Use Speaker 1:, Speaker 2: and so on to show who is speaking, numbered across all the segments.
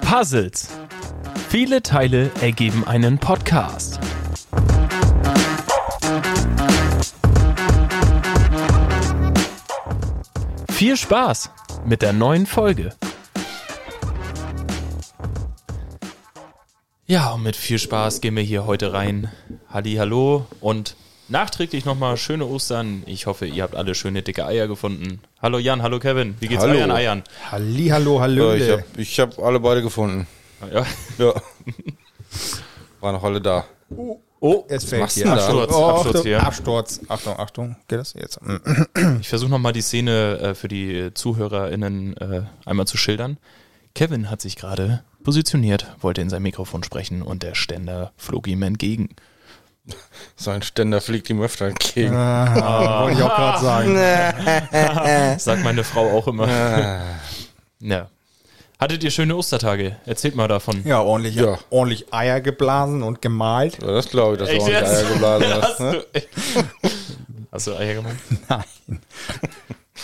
Speaker 1: Puzzles. Viele Teile ergeben einen Podcast. Viel Spaß mit der neuen Folge. Ja, und mit viel Spaß gehen wir hier heute rein. Halli, hallo und nachträglich nochmal schöne Ostern. Ich hoffe, ihr habt alle schöne dicke Eier gefunden. Hallo Jan, hallo Kevin. Wie geht's
Speaker 2: Hallo.
Speaker 1: euren Eiern?
Speaker 3: Halli, hallo, hallo.
Speaker 2: Ja, Äh, ich habe ich hab alle beide gefunden.
Speaker 1: Ja.
Speaker 2: Ja. Waren noch alle da.
Speaker 1: Oh,
Speaker 3: es fällt
Speaker 2: machst du
Speaker 3: hier.
Speaker 2: denn da? Ah.
Speaker 3: Absturz,
Speaker 1: Absturz,
Speaker 3: Achtung,
Speaker 1: Absturz hier.
Speaker 3: Absturz. Achtung, Achtung. Geht das jetzt? Hm.
Speaker 1: Ich versuche nochmal die Szene äh, für die ZuhörerInnen äh, einmal zu schildern. Kevin hat sich gerade positioniert, wollte in sein Mikrofon sprechen und der Ständer flog ihm entgegen.
Speaker 2: Sein Ständer fliegt ihm öfter entgegen.
Speaker 3: Wollte ich auch gerade sagen.
Speaker 1: Sagt meine Frau auch immer.
Speaker 3: Ah.
Speaker 1: ja. Hattet ihr schöne Ostertage? Erzählt mal davon.
Speaker 3: Ja, ordentlich,
Speaker 2: Ja.
Speaker 3: ordentlich Eier geblasen und gemalt.
Speaker 2: Ja, das glaube ich, dass du
Speaker 1: Echt
Speaker 2: auch nicht
Speaker 1: jetzt?
Speaker 2: Eier geblasen hast.
Speaker 1: Hast
Speaker 2: Ne?
Speaker 1: du, hast du Eier gemacht?
Speaker 3: Nein.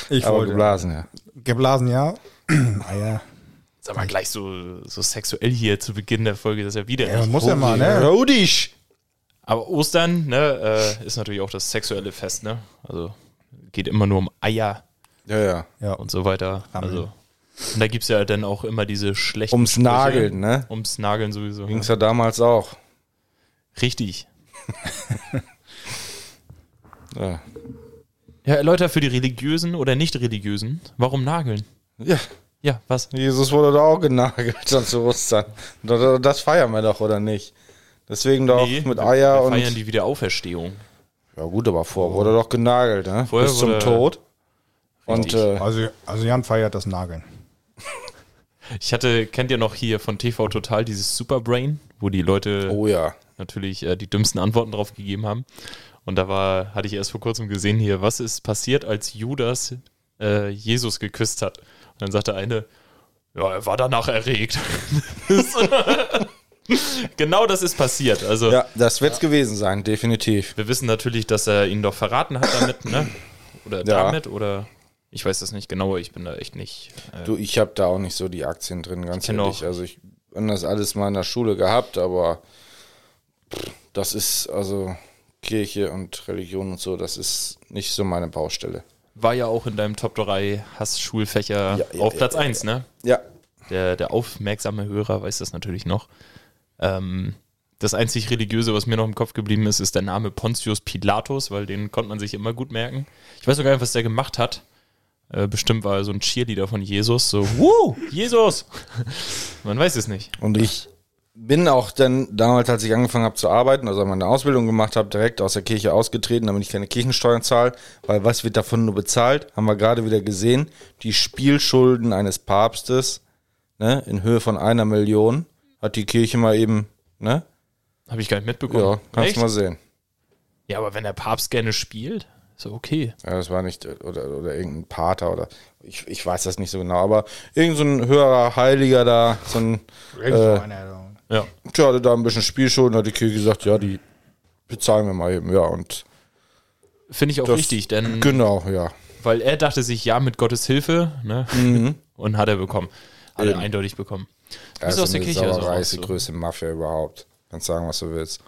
Speaker 3: Ich
Speaker 2: Aber
Speaker 3: wollte.
Speaker 2: geblasen, ja.
Speaker 3: Geblasen, ja. Eier.
Speaker 1: Sag mal gleich so, so sexuell hier zu Beginn der Folge, das ist ja wieder.
Speaker 3: Ja, man muss ja mal, ne?
Speaker 2: Rodisch!
Speaker 1: Aber Ostern ne, äh, ist natürlich auch das sexuelle Fest, ne? Also geht immer nur um Eier.
Speaker 2: Ja, ja.
Speaker 3: Ja.
Speaker 1: und so weiter. Also. Und da gibt es ja dann auch immer diese schlechten.
Speaker 2: Ums
Speaker 1: Sprüche.
Speaker 2: Nageln, ne?
Speaker 1: Ums Nageln sowieso.
Speaker 2: Ging's ja damals auch.
Speaker 1: Richtig.
Speaker 2: Ja.
Speaker 1: Ja, Leute, für die Religiösen oder Nicht-Religiösen, warum nageln?
Speaker 2: ja.
Speaker 1: Ja, was?
Speaker 2: Jesus wurde da auch genagelt dann zu Ostern. Das das feiern wir doch, oder nicht? Deswegen doch mit
Speaker 1: wir-
Speaker 2: Eier
Speaker 1: wir
Speaker 2: und.
Speaker 1: feiern die Wiederauferstehung.
Speaker 2: Ja, gut, aber vorher wurde doch genagelt, ne?
Speaker 1: Vorher
Speaker 2: Bis zum
Speaker 1: wurde-
Speaker 2: Tod. Und
Speaker 1: Richtig.
Speaker 2: äh,
Speaker 3: Also, also Jan feiert das Nageln.
Speaker 1: Ich hatte, kennt ihr noch hier von TV Total dieses Superbrain, wo die Leute
Speaker 2: oh ja.
Speaker 1: natürlich äh, die dümmsten Antworten drauf gegeben haben. Und da war, hatte ich erst vor kurzem gesehen hier, was ist passiert, als Judas äh, Jesus geküsst hat? Und dann sagte eine, ja, er war danach erregt. genau das ist passiert. Also
Speaker 2: Ja, das wird's gewesen sein, definitiv.
Speaker 1: wir wissen natürlich, dass er ihn doch verraten hat damit, ne? Oder damit, oder ich weiß das nicht genau, ich bin da echt nicht. Äh,
Speaker 2: Du, ich habe da auch nicht so die Aktien drin, ganz
Speaker 1: kenn
Speaker 2: ehrlich.
Speaker 1: auch-
Speaker 2: Also ich habe das alles mal in der Schule gehabt, aber pff, das ist also Kirche und Religion und so, das ist nicht so meine Baustelle.
Speaker 1: war ja auch in deinem Top 3 Hass-Schulfächer
Speaker 2: Ja, ja,
Speaker 1: auf
Speaker 2: ja,
Speaker 1: Platz
Speaker 2: ja,
Speaker 1: 1, ne?
Speaker 2: Ja,
Speaker 1: der, der aufmerksame Hörer weiß das natürlich noch. Ähm, das einzig Religiöse, was mir noch im Kopf geblieben ist, ist der Name Pontius Pilatus, weil den konnte man sich immer gut merken. Ich weiß sogar nicht, was der gemacht hat. Äh, bestimmt war er so ein Cheerleader von Jesus, so, Wuh, Jesus! man weiß es nicht.
Speaker 2: und ich bin auch dann damals, als ich angefangen habe zu arbeiten, also meine Ausbildung gemacht habe, direkt aus der Kirche ausgetreten, damit ich keine Kirchensteuern zahle, weil was wird davon nur bezahlt? Haben wir gerade wieder gesehen, die Spielschulden eines Papstes ne, in Höhe von einer Million hat die Kirche mal eben, ne?
Speaker 1: Habe ich gar nicht mitbekommen.
Speaker 2: Ja, kannst
Speaker 1: Echt?
Speaker 2: du mal sehen.
Speaker 1: ja, aber wenn der Papst gerne spielt, ist doch okay.
Speaker 2: Ja, das war nicht, oder, oder irgendein Pater oder ich, ich weiß das nicht so genau, aber irgend so ein höherer Heiliger da, so ein, äh,
Speaker 1: Ja.
Speaker 2: tja, hatte da ein bisschen Spielschulden, hat die Kirche gesagt, ja, die bezahlen wir mal eben, ja, und
Speaker 1: Finde ich auch
Speaker 2: das-
Speaker 1: richtig, denn
Speaker 2: genau, ja.
Speaker 1: weil er dachte sich, ja, mit Gottes Hilfe, ne?
Speaker 2: Mhm.
Speaker 1: Und hat er bekommen. Hat er eindeutig bekommen. Du bist
Speaker 2: Also
Speaker 1: aus der
Speaker 2: eine
Speaker 1: Kirche. also
Speaker 2: Sauerei
Speaker 1: raus,
Speaker 2: ist die
Speaker 1: so.
Speaker 2: größte Mafia überhaupt. Kannst sagen, was du willst.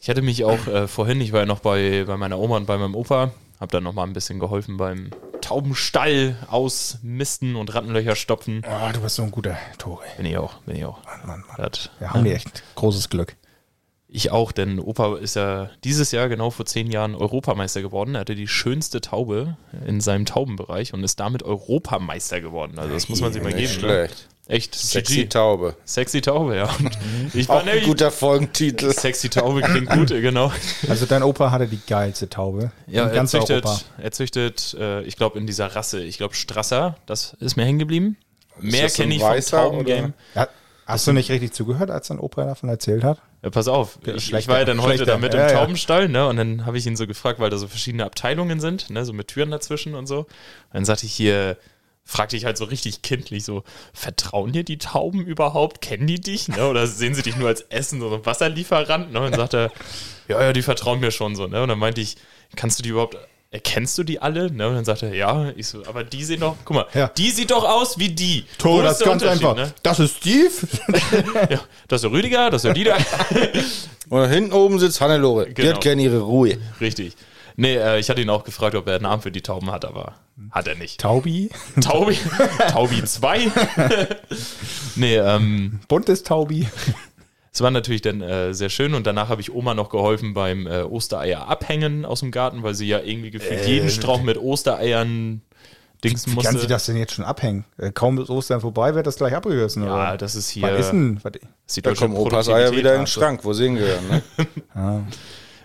Speaker 1: Ich hatte mich auch äh, vorhin, ich war ja noch bei, bei meiner Oma und bei meinem Opa, habe dann noch mal ein bisschen geholfen beim Taubenstall ausmisten und Rattenlöcher stopfen.
Speaker 3: Ah, du bist so ein guter Tore.
Speaker 1: Bin ich auch, bin ich auch.
Speaker 3: Mann, Mann.
Speaker 1: Das,
Speaker 3: Wir haben hier echt großes Glück.
Speaker 1: ich auch, denn Opa ist ja dieses Jahr genau vor zehn Jahren Europameister geworden. Er hatte die schönste Taube in seinem Taubenbereich und ist damit Europameister geworden. Also das muss man sich mal
Speaker 2: Nicht
Speaker 1: geben. Ne?
Speaker 2: schlecht.
Speaker 1: Echt,
Speaker 2: Sexy
Speaker 1: sexy,
Speaker 2: Taube.
Speaker 1: sexy Taube, ja. Und ich war
Speaker 2: Auch ein
Speaker 1: nämlich,
Speaker 2: guter Folgentitel.
Speaker 1: sexy Taube klingt gut, genau.
Speaker 3: Also dein Opa hatte die geilste Taube.
Speaker 1: Ja,
Speaker 3: in
Speaker 1: er
Speaker 3: ganz
Speaker 1: züchtet,
Speaker 3: Europa.
Speaker 1: er züchtet äh, ich glaube, in dieser Rasse. Ich glaube, Strasser, das ist mir hängen geblieben. Mehr
Speaker 2: das so ein
Speaker 1: kenne ich vom
Speaker 2: weißer,
Speaker 1: Taubengame.
Speaker 2: oder?
Speaker 3: Ja, hast du nicht richtig zugehört, als dein Opa davon erzählt hat?
Speaker 1: Ja, pass auf, ich, ich
Speaker 3: schlechter,
Speaker 1: war ja dann heute
Speaker 3: schlechter.
Speaker 1: damit
Speaker 3: Ja,
Speaker 1: im
Speaker 3: ja.
Speaker 1: Taubenstall, ne? Und dann habe ich ihn so gefragt, weil da so verschiedene Abteilungen sind, ne? So mit Türen dazwischen und so. Und dann sagte ich hier, fragte ich halt so richtig kindlich so, vertrauen dir die Tauben überhaupt? Kennen die dich? Ne? Oder sehen sie dich nur als Essen oder so Wasserlieferant? Ne? Und dann sagt er, ja, ja, die vertrauen mir schon so, ne? Und dann meinte ich, kannst du die überhaupt erkennst du die alle? Ne? Und dann sagt er, ja. Ich so, aber die sehen doch, guck mal,
Speaker 3: Ja.
Speaker 1: die sieht doch aus wie die.
Speaker 3: Tore,
Speaker 1: Wo
Speaker 3: das
Speaker 1: ist
Speaker 3: ist
Speaker 1: der
Speaker 3: ganz
Speaker 1: Unterschied,
Speaker 3: einfach.
Speaker 1: ne?
Speaker 3: Das ist Steve.
Speaker 1: Ja, das ist der Rüdiger, das ist der Dieter.
Speaker 2: Und hinten oben sitzt Hannelore. Die
Speaker 1: Genau.
Speaker 2: hat gerne ihre Ruhe.
Speaker 1: Richtig. Nee, äh, ich hatte ihn auch gefragt, ob er einen Namen für die Tauben hat, aber hat er nicht.
Speaker 3: Taubi.
Speaker 1: Taubi, Taubi 2. nee, ähm,
Speaker 3: Buntes Taubi.
Speaker 1: es war natürlich dann äh, sehr schön und danach habe ich Oma noch geholfen beim äh, Ostereier abhängen aus dem Garten, weil sie ja irgendwie gefühlt
Speaker 2: Äh,
Speaker 1: jeden Strauch mit Ostereiern dingsen
Speaker 3: Wie kann sie
Speaker 1: musste.
Speaker 3: das denn jetzt schon abhängen? Äh, Kaum ist Ostern vorbei, wird das gleich abgerissen,
Speaker 1: ja,
Speaker 3: oder?
Speaker 1: das ist hier.
Speaker 3: Was ist denn? Was,
Speaker 1: ist die
Speaker 2: Da
Speaker 1: deutsche
Speaker 2: kommen Opas Eier wieder in den
Speaker 1: Produktivität.
Speaker 2: Schrank, wo sie hingehören. Ne?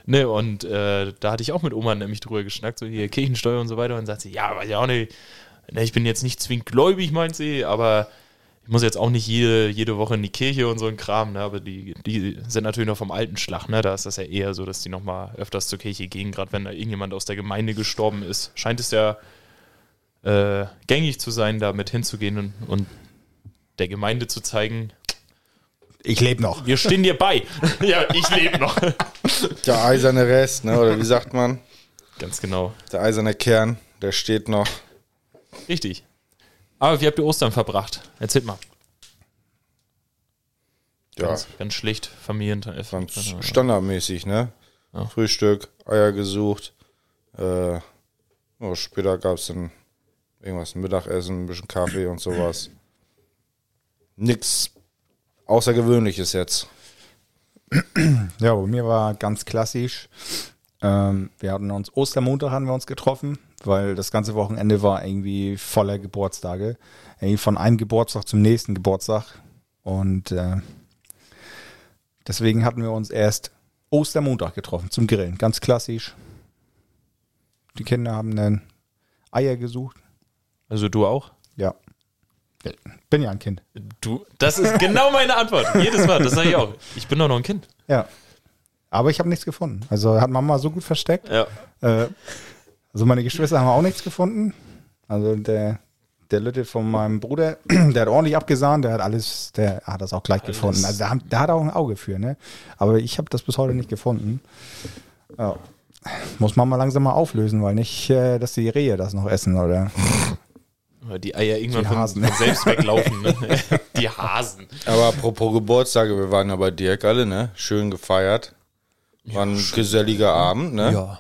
Speaker 1: Ne, und äh, da hatte ich auch mit Oma nämlich drüber geschnackt, so hier Kirchensteuer und so weiter. Und sagt sie, ja, weiß ich auch nicht. Ne, ich bin jetzt nicht zwingend gläubig, meint sie, aber ich muss jetzt auch nicht jede, jede Woche in die Kirche und so ein Kram. Ne? Aber die, die sind natürlich noch vom alten Schlag. Ne? Da ist das ja eher so, dass die nochmal öfters zur Kirche gehen, gerade wenn da irgendjemand aus der Gemeinde gestorben ist. Scheint es ja äh, gängig zu sein, damit hinzugehen und, und der Gemeinde zu zeigen,
Speaker 3: ich lebe noch.
Speaker 1: wir stehen dir bei. ja, ich lebe noch.
Speaker 2: Der eiserne Rest, ne? oder wie sagt man?
Speaker 1: Ganz genau.
Speaker 2: Der eiserne Kern, der steht noch.
Speaker 1: Richtig. Aber wie habt ihr Ostern verbracht? Erzählt mal.
Speaker 2: Ja,
Speaker 1: Ganz, ganz schlicht, Familientreff.
Speaker 2: ganz standardmäßig, ne? Frühstück, Eier gesucht. Äh, oh, später gab es dann irgendwas, ein Mittagessen, ein bisschen Kaffee und sowas. Nix Außergewöhnliches jetzt.
Speaker 3: Ja, bei mir war ganz klassisch. Ähm, wir hatten uns Ostermontag haben wir uns getroffen, weil das ganze Wochenende war irgendwie voller Geburtstage. Irgendwie von einem Geburtstag zum nächsten Geburtstag. Und äh, deswegen hatten wir uns erst Ostermontag getroffen zum Grillen. Ganz klassisch. Die Kinder haben dann Eier gesucht.
Speaker 1: Also du auch?
Speaker 3: Ja. Bin ja ein Kind.
Speaker 1: Du? Das ist genau meine Antwort. Jedes Mal, das sage ich auch. Ich bin doch noch ein Kind.
Speaker 3: Ja. Aber ich habe nichts gefunden. Also hat Mama so gut versteckt.
Speaker 1: Ja.
Speaker 3: Äh, also meine Geschwister haben auch nichts gefunden. Also der, der Lütte von meinem Bruder, der hat ordentlich abgesahnt, der hat alles, der hat das auch gleich gefunden. Also da, haben- da hat er auch ein Auge für, ne? Aber ich habe das bis heute nicht gefunden. Ja. Muss man mal langsam mal auflösen, weil nicht, äh, dass die Rehe das noch essen, oder?
Speaker 1: Weil die Eier irgendwann
Speaker 3: Die
Speaker 1: von,
Speaker 3: Hasen.
Speaker 1: von selbst weglaufen. Ne? Die Hasen.
Speaker 2: Aber apropos Geburtstage, wir waren ja bei Dirk alle, ne? Schön gefeiert. War ein geselliger Abend, ne?
Speaker 1: Ja.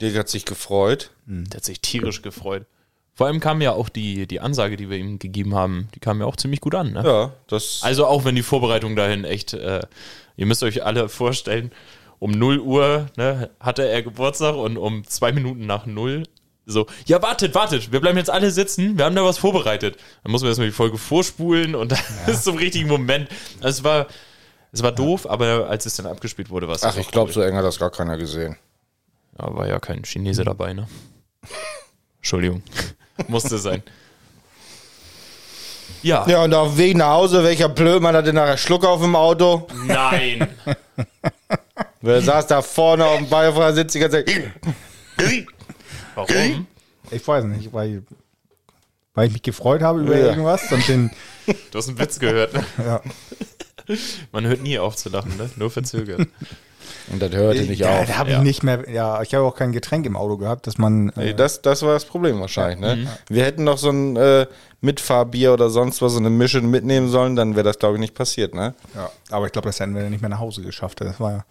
Speaker 2: Dirk hat sich gefreut.
Speaker 1: Hm. Der hat sich tierisch gefreut. Vor allem kam ja auch die, die Ansage, die wir ihm gegeben haben, die kam ja auch ziemlich gut an. Ne?
Speaker 2: Ja, das
Speaker 1: Also auch wenn die Vorbereitung dahin echt, äh, ihr müsst euch alle vorstellen, um 0 Uhr ne, hatte er Geburtstag und um zwei Minuten nach 0 so, ja wartet, wartet, wir bleiben jetzt alle sitzen, wir haben da was vorbereitet. Dann muss man erstmal die Folge vorspulen und dann ist zum richtigen Moment. Also es war, es war doof, aber als es dann abgespielt wurde, war es
Speaker 2: Ach,
Speaker 1: auch
Speaker 2: ich glaube,
Speaker 1: cool.
Speaker 2: so eng hat das gar keiner gesehen.
Speaker 1: Ja, war ja kein Chinese dabei, ne? Entschuldigung, musste sein. Ja,
Speaker 2: Ja, und auf dem Weg nach Hause, welcher Blödmann hatte nachher Schluck auf dem Auto?
Speaker 1: nein.
Speaker 2: Wer saß da vorne auf dem Beifahrersitz die ganze Zeit?
Speaker 1: Warum?
Speaker 3: Ich weiß nicht, weil, weil ich mich gefreut habe über
Speaker 2: Ja.
Speaker 3: irgendwas und den,
Speaker 1: Du hast einen Witz gehört, ne?
Speaker 3: ja.
Speaker 1: Man hört nie auf zu lachen, ne? Nur verzögert.
Speaker 2: Und das hörte nicht
Speaker 3: Ja,
Speaker 2: auf.
Speaker 3: da habe ich
Speaker 1: Ja.
Speaker 3: nicht mehr, ja, ich habe auch kein Getränk im Auto gehabt, dass man. Äh,
Speaker 2: Ey, Das, das war das Problem wahrscheinlich, ne? Wir hätten noch so ein äh, Mitfahrbier oder sonst was, so eine Mission mitnehmen sollen, dann wäre das, glaube ich, nicht passiert, ne?
Speaker 3: ja. Aber ich glaube, das hätten wir nicht mehr nach Hause geschafft. Das war,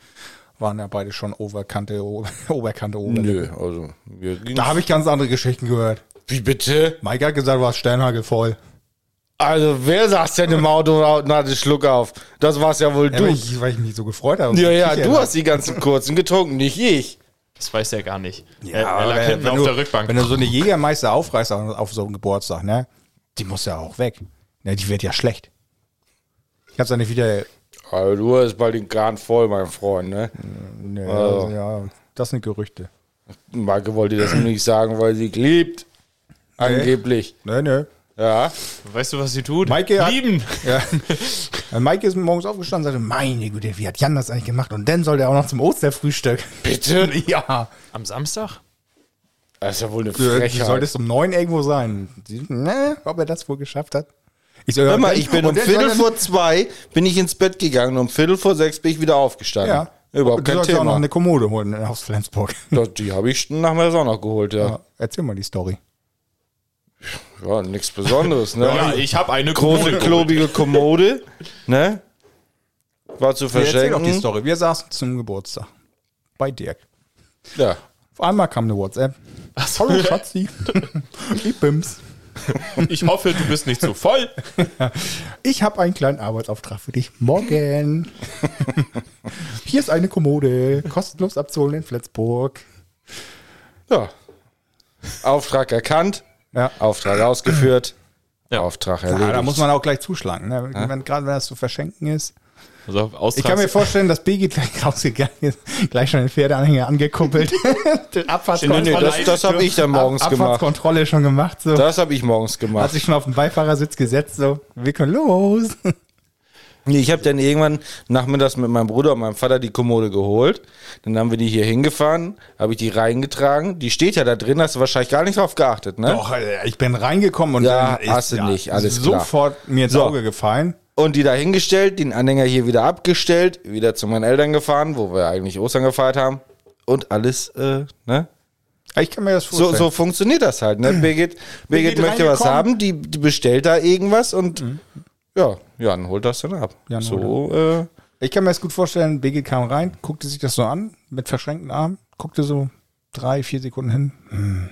Speaker 3: waren ja beide schon Oberkante, o Oberkante, Ober.
Speaker 2: Nö, also, wir ging's.
Speaker 3: Da habe ich ganz andere Geschichten gehört.
Speaker 2: Wie bitte?
Speaker 3: Mike hat gesagt, du warst Sternhagel voll.
Speaker 2: Also, wer saß denn im Auto und hatte Schluck auf? Das war's ja wohl
Speaker 3: Ja,
Speaker 2: du.
Speaker 3: weil, ich, weil ich mich so gefreut habe. ne?
Speaker 2: ja, ja,
Speaker 3: Ich-
Speaker 2: du hast die ganzen kurzen getrunken, nicht ich.
Speaker 1: Das weiß er gar nicht.
Speaker 3: Ja,
Speaker 1: er, er
Speaker 3: aber
Speaker 1: lag hinten
Speaker 3: wenn
Speaker 1: auf
Speaker 3: du,
Speaker 1: der Rückbank.
Speaker 3: Wenn du so eine Jägermeister aufreißt auf auf so einem Geburtstag, ne? Die muss ja auch weg. Ne, die wird ja schlecht. Ich hab's ja nicht wieder.
Speaker 2: Also, du hast bald den Kahn voll, mein Freund, ne?
Speaker 3: Ne,
Speaker 2: Oh.
Speaker 3: ja, das sind Gerüchte.
Speaker 2: Marke wollte das nur nicht sagen, weil sie liebt. Angeblich.
Speaker 3: Ne, ne.
Speaker 2: Ja.
Speaker 1: weißt du, was sie tut?
Speaker 3: Maike hat-
Speaker 1: Lieben.
Speaker 3: Ja. Äh, Mike ist morgens aufgestanden und sagte, meine Güte, wie hat Jan das eigentlich gemacht? Und dann soll der auch noch zum Osterfrühstück.
Speaker 2: Bitte?
Speaker 3: ja.
Speaker 1: Am Samstag?
Speaker 2: Das ist ja wohl eine
Speaker 3: Du
Speaker 2: Frechheit.
Speaker 3: solltest um neun irgendwo sein. Sie- Ne, ob er das wohl geschafft hat? Ich, so,
Speaker 2: Hör
Speaker 3: ja,
Speaker 2: mal,
Speaker 3: dann-
Speaker 2: ich bin um
Speaker 3: und dann
Speaker 2: Viertel
Speaker 3: soll er-
Speaker 2: vor zwei bin ich ins Bett gegangen und um Viertel vor sechs bin ich wieder aufgestanden.
Speaker 3: Ja.
Speaker 2: Überhaupt
Speaker 3: du
Speaker 2: kein
Speaker 3: sollst ja auch noch
Speaker 2: Thema.
Speaker 3: eine Kommode holen aus Flensburg.
Speaker 2: Ja, die habe ich nachmittags auch noch geholt, ja.
Speaker 3: Erzähl mal die Story.
Speaker 2: Ja, nichts Besonderes, ne?
Speaker 1: Ja, ich habe eine
Speaker 2: Große,
Speaker 1: Kommode geholt.
Speaker 2: klobige Kommode, ne? War zu
Speaker 3: Erzähl doch die
Speaker 2: verschenken.
Speaker 3: Story. Wir saßen zum Geburtstag bei Dirk.
Speaker 2: Ja.
Speaker 3: Auf einmal kam eine WhatsApp.
Speaker 1: Ach so.
Speaker 3: Hallo Schatzi. ich bims.
Speaker 1: Ich hoffe, du bist nicht zu voll.
Speaker 3: Ich habe einen kleinen Arbeitsauftrag für dich. Morgen. Hier ist eine Kommode. Kostenlos abzuholen in Flensburg.
Speaker 2: ja. Auftrag erkannt,
Speaker 3: Ja.
Speaker 2: Auftrag ausgeführt,
Speaker 1: Ja.
Speaker 2: Auftrag erledigt.
Speaker 3: Ja, Ah, da muss man auch gleich zuschlagen, ne? wenn, gerade wenn das zu verschenken ist.
Speaker 1: Also auf Austrags
Speaker 3: Ich kann mir vorstellen, dass Biggie gleich rausgegangen ist, gleich schon den Pferdeanhänger angekuppelt. Den
Speaker 2: Nee,
Speaker 3: Abfahrtskontrolle,
Speaker 2: nee, das, das habe ich dann morgens
Speaker 3: Ab-
Speaker 2: gemacht.
Speaker 3: Abfahrtskontrolle schon gemacht. So.
Speaker 2: Das habe ich morgens
Speaker 3: Hat
Speaker 2: gemacht.
Speaker 3: sich schon auf den Beifahrersitz gesetzt, so, wir können los.
Speaker 2: Nee, ich habe dann irgendwann nachmittags mit meinem Bruder und meinem Vater die Kommode geholt. Dann haben wir die hier hingefahren, habe ich die reingetragen. Die steht ja da drin, hast du wahrscheinlich gar nicht drauf geachtet, ne?
Speaker 3: Doch, Alter, ich bin reingekommen und
Speaker 2: Ja,
Speaker 3: dann
Speaker 2: hast du nicht, alles klar.
Speaker 3: sofort mir ins
Speaker 2: So.
Speaker 3: Auge gefallen.
Speaker 2: Und die da hingestellt, den Anhänger hier wieder abgestellt, wieder zu meinen Eltern gefahren, wo wir eigentlich Ostern gefeiert haben. Und alles, äh, ne?
Speaker 3: Ich kann mir das
Speaker 2: So,
Speaker 3: vorstellen.
Speaker 2: so funktioniert das halt, ne? Birgit, Birgit möchte was
Speaker 3: reingekommen.
Speaker 2: haben, die, die bestellt da irgendwas und ja, Jan holt das dann ab.
Speaker 3: Jan
Speaker 2: so, äh,
Speaker 3: Ich kann mir das gut vorstellen, Biggie kam rein, guckte sich das so an, mit verschränkten Armen, guckte so drei, vier Sekunden hin. Hm.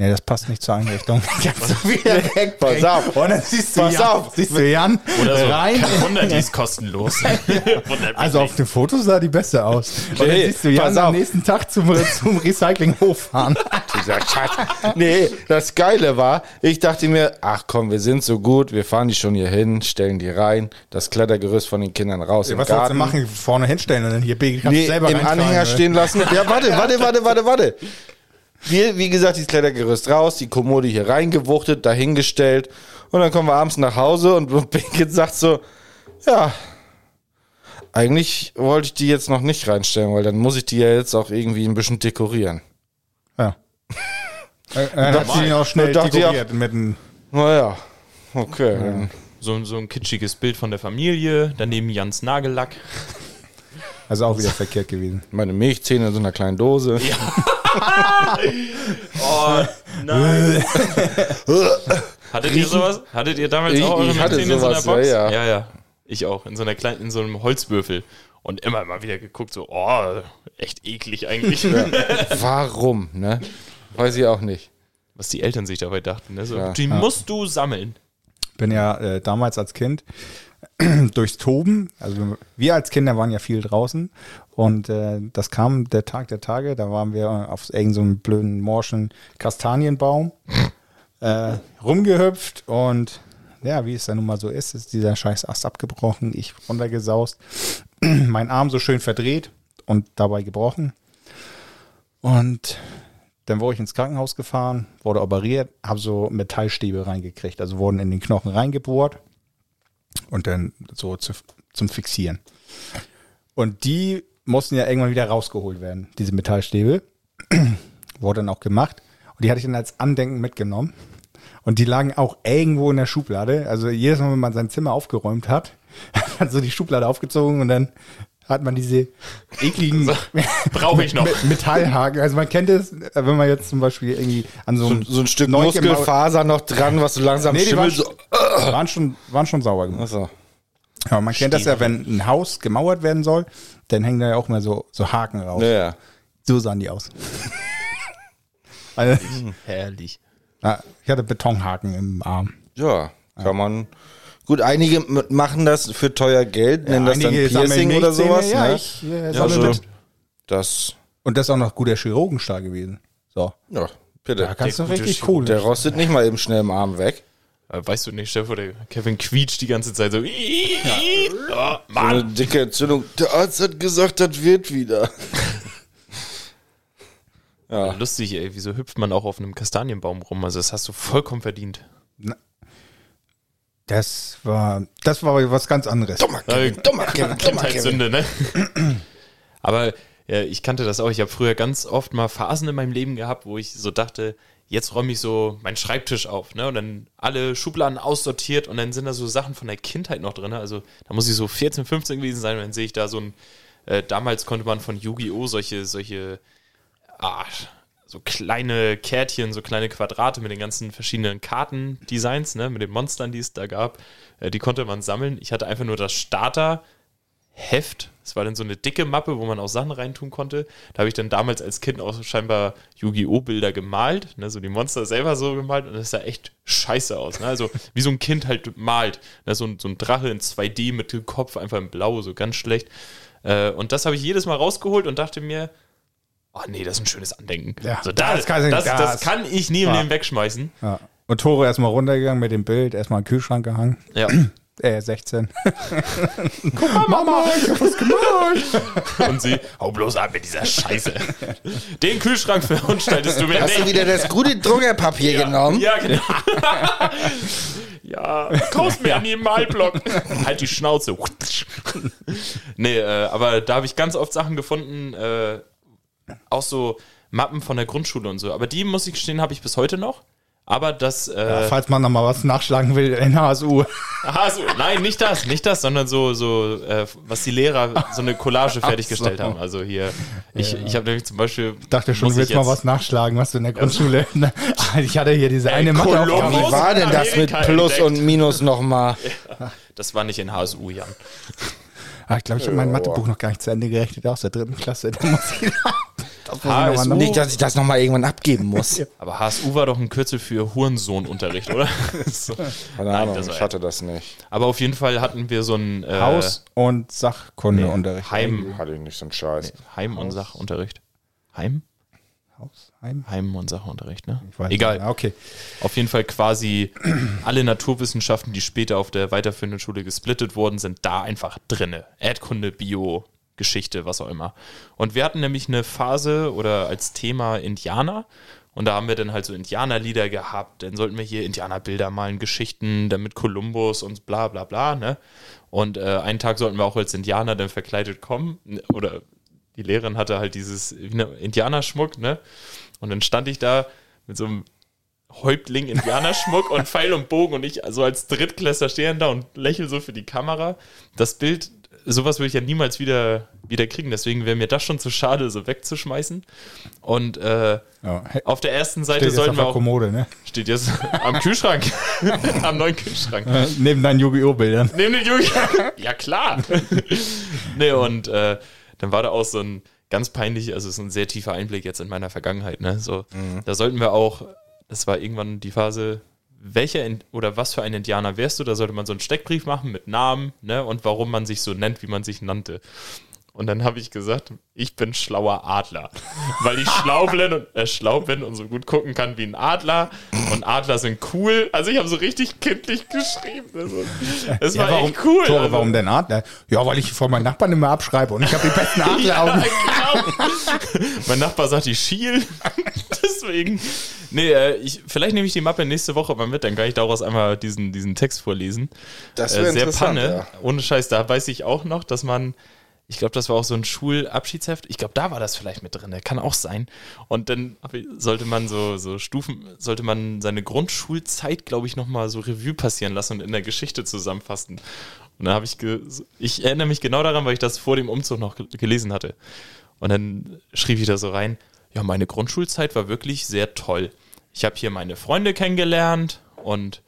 Speaker 3: Nee, das passt nicht zur Einrichtung. Kannst du wieder weg.
Speaker 2: Pass auf.
Speaker 3: Und dann siehst du,
Speaker 2: Pass
Speaker 3: Jan,
Speaker 2: auf.
Speaker 3: siehst du Jan
Speaker 1: Oder so.
Speaker 3: rein.
Speaker 1: Kein Wunder, die ist kostenlos. Wundert mich
Speaker 3: Also auf
Speaker 1: nicht.
Speaker 3: dem Foto sah die besser aus. Und dann
Speaker 2: Nee,
Speaker 3: siehst du Jan
Speaker 2: pass
Speaker 3: am
Speaker 2: auf.
Speaker 3: nächsten Tag zum, zum Recyclinghof fahren.
Speaker 2: dieser Schatz. Nee, das Geile war, ich dachte mir, ach komm, wir sind so gut, wir fahren die schon hier hin, stellen die rein, das Klettergerüst von den Kindern raus im
Speaker 3: Was sollst du
Speaker 2: Garten.
Speaker 3: machen? Vorne hinstellen und dann hier Biggie kannst du
Speaker 2: Nee,
Speaker 3: selber
Speaker 2: im
Speaker 3: reinfahren,
Speaker 2: Anhänger
Speaker 3: oder?
Speaker 2: stehen lassen. Ja, warte, warte, warte, warte, warte. Wir, wie gesagt, das Klettergerüst raus, die Kommode hier reingewuchtet, dahingestellt. Und dann kommen wir abends nach Hause und Birgit sagt so, ja, eigentlich wollte ich die jetzt noch nicht reinstellen, weil dann muss ich die ja jetzt auch irgendwie ein bisschen dekorieren.
Speaker 3: Ja. Äh, äh, Dann hat sie ihn auch schnell
Speaker 2: Dachte ich
Speaker 3: dekoriert mit einem
Speaker 2: Naja, okay. dann-
Speaker 1: so, so ein kitschiges Bild von der Familie, daneben Jans Nagellack.
Speaker 3: Also auch wieder verkehrt gewesen.
Speaker 2: Meine Milchzähne in so einer kleinen Dose.
Speaker 1: Oh, nein. Hattet ihr sowas? Hattet ihr damals
Speaker 2: Ich-
Speaker 1: auch
Speaker 2: ich hatte
Speaker 1: Mädchen
Speaker 2: sowas, ja, ja.
Speaker 1: ja, ja. Ich auch, in so einer kleinen, in so einem Holzwürfel. Und immer mal wieder geguckt, so, oh, echt eklig eigentlich.
Speaker 2: Warum, ne? Weiß ich auch nicht.
Speaker 1: Was die Eltern sich dabei dachten, ne? So,
Speaker 2: Ja.
Speaker 1: die musst du sammeln.
Speaker 3: bin ja äh, damals als Kind durchs Toben, also wir als Kinder waren ja viel draußen und äh, das kam der Tag der Tage, da waren wir auf irgendeinem so einem blöden morschen Kastanienbaum äh, rumgehüpft und ja, wie es dann nun mal so ist, ist dieser scheiß Ast abgebrochen, ich runtergesaust, mein Arm so schön verdreht und dabei gebrochen und dann wurde ich ins Krankenhaus gefahren, wurde operiert, habe so Metallstäbe reingekriegt, also wurden in den Knochen reingebohrt und dann so zu, zum Fixieren. Und die mussten ja irgendwann wieder rausgeholt werden, diese Metallstäbe. wurde dann auch gemacht. Und die hatte ich dann als Andenken mitgenommen. Und die lagen auch irgendwo in der Schublade. Also jedes Mal, wenn man sein Zimmer aufgeräumt hat, hat man so die Schublade aufgezogen und dann hat man diese ekligen
Speaker 1: Brauche ich noch.
Speaker 3: mit Metallhaken. Also man kennt es, äh, wenn man jetzt zum Beispiel irgendwie an so, einem
Speaker 2: So ein Stück
Speaker 3: Neu- im Au-
Speaker 2: Muskelfaser noch dran, was du langsam
Speaker 3: Nee, die waren,
Speaker 2: schimmelst.
Speaker 3: schon- waren, schon, waren schon sauber gemacht.
Speaker 2: Achso.
Speaker 3: Aber man kennt das ja, wenn ein Haus gemauert werden soll, dann hängen da ja auch mal so, so Haken raus.
Speaker 2: Naja.
Speaker 3: So sahen die aus. also,
Speaker 2: Hm,
Speaker 1: Herrlich.
Speaker 3: na, ich hatte Betonhaken im Arm.
Speaker 2: Ja, kann man. Gut, einige m- machen das für teuer Geld, nennen das dann
Speaker 3: Einige sammeln
Speaker 2: Piercing oder
Speaker 3: Milchzähne,
Speaker 2: sowas.
Speaker 3: Ja,
Speaker 2: ne?
Speaker 3: ich, äh,
Speaker 2: Ja,
Speaker 3: sammle
Speaker 2: also,
Speaker 3: mit.
Speaker 2: das,
Speaker 3: Und das ist auch noch guter Chirurgenstar gewesen. So.
Speaker 2: ja, bitte.
Speaker 3: Da kannst du
Speaker 1: gute
Speaker 3: richtig
Speaker 1: Chirurg.
Speaker 3: cool.
Speaker 2: der rostet nicht mal eben schnell im Arm weg.
Speaker 1: Äh, Weißt du nicht, Stefan, der Kevin quietscht die ganze Zeit so. Oh, Mann.
Speaker 2: Eine dicke Entzündung. Der Arzt hat gesagt, das wird wieder.
Speaker 1: Ja, Lustig, ey, wieso hüpft man auch auf einem Kastanienbaum rum? Also, das hast du vollkommen verdient.
Speaker 3: Das war, das war was ganz anderes.
Speaker 1: Äh,
Speaker 2: Dummer Kevin, dummer Kevin.
Speaker 1: Kindheitssünde, ne? Aber ja, ich kannte das auch. Ich habe früher ganz oft mal Phasen in meinem Leben gehabt, wo ich so dachte, jetzt räume ich so meinen Schreibtisch auf, ne? Und dann alle Schubladen aussortiert und dann sind da so Sachen von der Kindheit noch drin. Also da muss ich so 14, 15 gewesen sein und dann sehe ich da so ein Äh, damals konnte man von Yu-Gi-Oh! solche, solche, ah, so kleine Kärtchen, so kleine Quadrate mit den ganzen verschiedenen Kartendesigns, ne, mit den Monstern, die es da gab, äh, die konnte man sammeln. Ich hatte einfach nur das Starter Heft. Es war dann so eine dicke Mappe, wo man auch Sachen reintun konnte. Da habe ich dann damals als Kind auch scheinbar Yu-Gi-Oh! Bilder gemalt, ne, so die Monster selber so gemalt und das sah echt scheiße aus. Ne? Also wie so ein Kind halt malt. Ne? So, ein- so ein Drache in 2D mit dem Kopf einfach in Blau, so ganz schlecht. Äh, und das habe ich jedes Mal rausgeholt und dachte mir, oh nee, das ist ein schönes Andenken.
Speaker 3: Ja,
Speaker 1: so, da,
Speaker 3: das
Speaker 1: das,
Speaker 3: kann
Speaker 1: kann
Speaker 3: ich-
Speaker 1: das,
Speaker 3: das-
Speaker 1: das kann ich nie im
Speaker 3: Ja.
Speaker 1: Leben wegschmeißen.
Speaker 3: Ja. Und Tore erstmal runtergegangen mit dem Bild, erstmal in den Kühlschrank gehangen.
Speaker 1: Ja.
Speaker 3: Äh, 16. Guck mal, Mama, ich hab was gemacht.
Speaker 1: Und sie, hau bloß ab mit dieser Scheiße. Den Kühlschrank verunstaltest du mir
Speaker 2: Hast
Speaker 1: nicht.
Speaker 2: du wieder das gute Druckerpapier genommen?
Speaker 1: Ja, genau. ja, kauf mir einen Malblock. halt die Schnauze. nee, äh, aber da habe ich ganz oft Sachen gefunden, äh, auch so Mappen von der Grundschule und so. Aber die, muss ich gestehen, habe ich bis heute noch. Aber das. Äh,
Speaker 3: Falls man nochmal was nachschlagen will in HSU.
Speaker 1: aha, so, nein, nicht das, nicht das, sondern so, so äh, was die Lehrer so eine Collage fertiggestellt
Speaker 3: so.
Speaker 1: haben. Also hier, ich, ich habe nämlich zum Beispiel.
Speaker 3: Dachte schon,
Speaker 1: muss
Speaker 3: du willst
Speaker 1: ich
Speaker 3: mal
Speaker 1: jetzt-
Speaker 3: was nachschlagen, was du in der Grundschule. ne? Ah, ich hatte hier diese eine
Speaker 1: Kolumbus.
Speaker 3: Matheaufgabe.
Speaker 2: Wie war denn das mit
Speaker 1: Amerika
Speaker 2: Plus
Speaker 1: entdeckt.
Speaker 2: und Minus nochmal?
Speaker 1: Das war nicht in HSU, Jan.
Speaker 3: Ah, ich glaube, ich habe mein Mathebuch noch gar nicht zu Ende gerechnet aus der dritten Klasse. Da muss ich das
Speaker 1: HSU.
Speaker 3: muss ich noch mal nach-
Speaker 2: Nicht, dass ich das nochmal irgendwann abgeben muss.
Speaker 1: Aber HSU war doch ein Kürzel für Hurensohnunterricht, oder? so.
Speaker 2: Keine
Speaker 1: Nein,
Speaker 2: Ahnung,
Speaker 1: das war-
Speaker 2: ich hatte das nicht.
Speaker 1: Aber auf jeden Fall hatten wir so ein äh,
Speaker 3: Haus- und Sachkundeunterricht.
Speaker 1: Heim,
Speaker 2: Hatte ich nicht so einen Scheiß.
Speaker 1: Heim- und Sachunterricht. Heim?
Speaker 3: Haus, Heim?
Speaker 1: Heim- und Sachunterricht, ne?
Speaker 3: Ich weiß
Speaker 1: Egal.
Speaker 3: nicht. Ah, Okay.
Speaker 1: Auf jeden Fall quasi alle Naturwissenschaften, die später auf der weiterführenden Schule gesplittet wurden, sind da einfach drinne. Erdkunde, Bio, Geschichte, was auch immer. Und wir hatten nämlich eine Phase oder als Thema Indianer. Und da haben wir dann halt so Indianerlieder gehabt. Dann sollten wir hier Indianerbilder malen, Geschichten, dann mit Kolumbus und bla bla bla. Ne? Und äh, einen Tag sollten wir auch als Indianer dann verkleidet kommen. Oder die Lehrerin hatte halt dieses Indianerschmuck. Ne? Und dann stand ich da mit so einem Häuptling Indianerschmuck und Pfeil und Bogen und ich also als Drittklässler stehen da und lächeln so für die Kamera. Das Bild, sowas würde ich ja niemals wieder, wieder kriegen, deswegen wäre mir das schon zu schade, so wegzuschmeißen. Und äh,
Speaker 3: Ja. Hey,
Speaker 1: auf der ersten Seite
Speaker 3: Steht jetzt auf
Speaker 1: sollten wir
Speaker 3: der
Speaker 1: auch,
Speaker 3: Kommode, ne?
Speaker 1: steht jetzt am Kühlschrank, am neuen Kühlschrank.
Speaker 3: Neben deinen Yu-Gi-Oh! Bildern.
Speaker 1: Nehmen den Jungen. ja, klar. nee, und äh, dann war da auch so ein ganz peinlich, also es ist ein sehr tiefer Einblick jetzt in meiner Vergangenheit, ne? So, da sollten wir auch, das war irgendwann die Phase, welcher In- oder was für ein Indianer wärst du? Da sollte man so einen Steckbrief machen mit Namen, ne? Und warum man sich so nennt, wie man sich nannte. Und dann habe ich gesagt, ich bin schlauer Adler, weil ich schlau bin, und, äh, schlau bin und so gut gucken kann wie ein Adler. Und Adler sind cool. Also ich habe so richtig kindlich geschrieben. Also, Das war echt cool.
Speaker 3: Tore,
Speaker 1: also,
Speaker 3: warum denn Adler? Ja, weil ich vor meinen Nachbarn immer abschreibe und ich habe die besten Adleraugen.
Speaker 1: Ja, Also, genau. mein Nachbar sagt, ich schiel. Deswegen. Nee, äh, ich, vielleicht nehme ich die Mappe nächste Woche mal mit, dann kann ich daraus einmal diesen, diesen Text vorlesen. Äh,
Speaker 2: Das wäre
Speaker 1: sehr
Speaker 2: interessant,
Speaker 1: Panne.
Speaker 2: ja.
Speaker 1: Ohne Scheiß, da weiß ich auch noch, dass man. Ich glaube, das war auch so ein Schulabschiedsheft. Ich glaube, da war das vielleicht mit drin. ne? Kann auch sein. Und dann hab ich- sollte man so, so Stufen, sollte man seine Grundschulzeit, glaube ich, nochmal so Revue passieren lassen und in der Geschichte zusammenfassen. Und dann habe ich, ge ich erinnere mich genau daran, weil ich das vor dem Umzug noch gel- gelesen hatte. Und dann schrieb ich da so rein, ja, meine Grundschulzeit war wirklich sehr toll. Ich habe hier meine Freunde kennengelernt und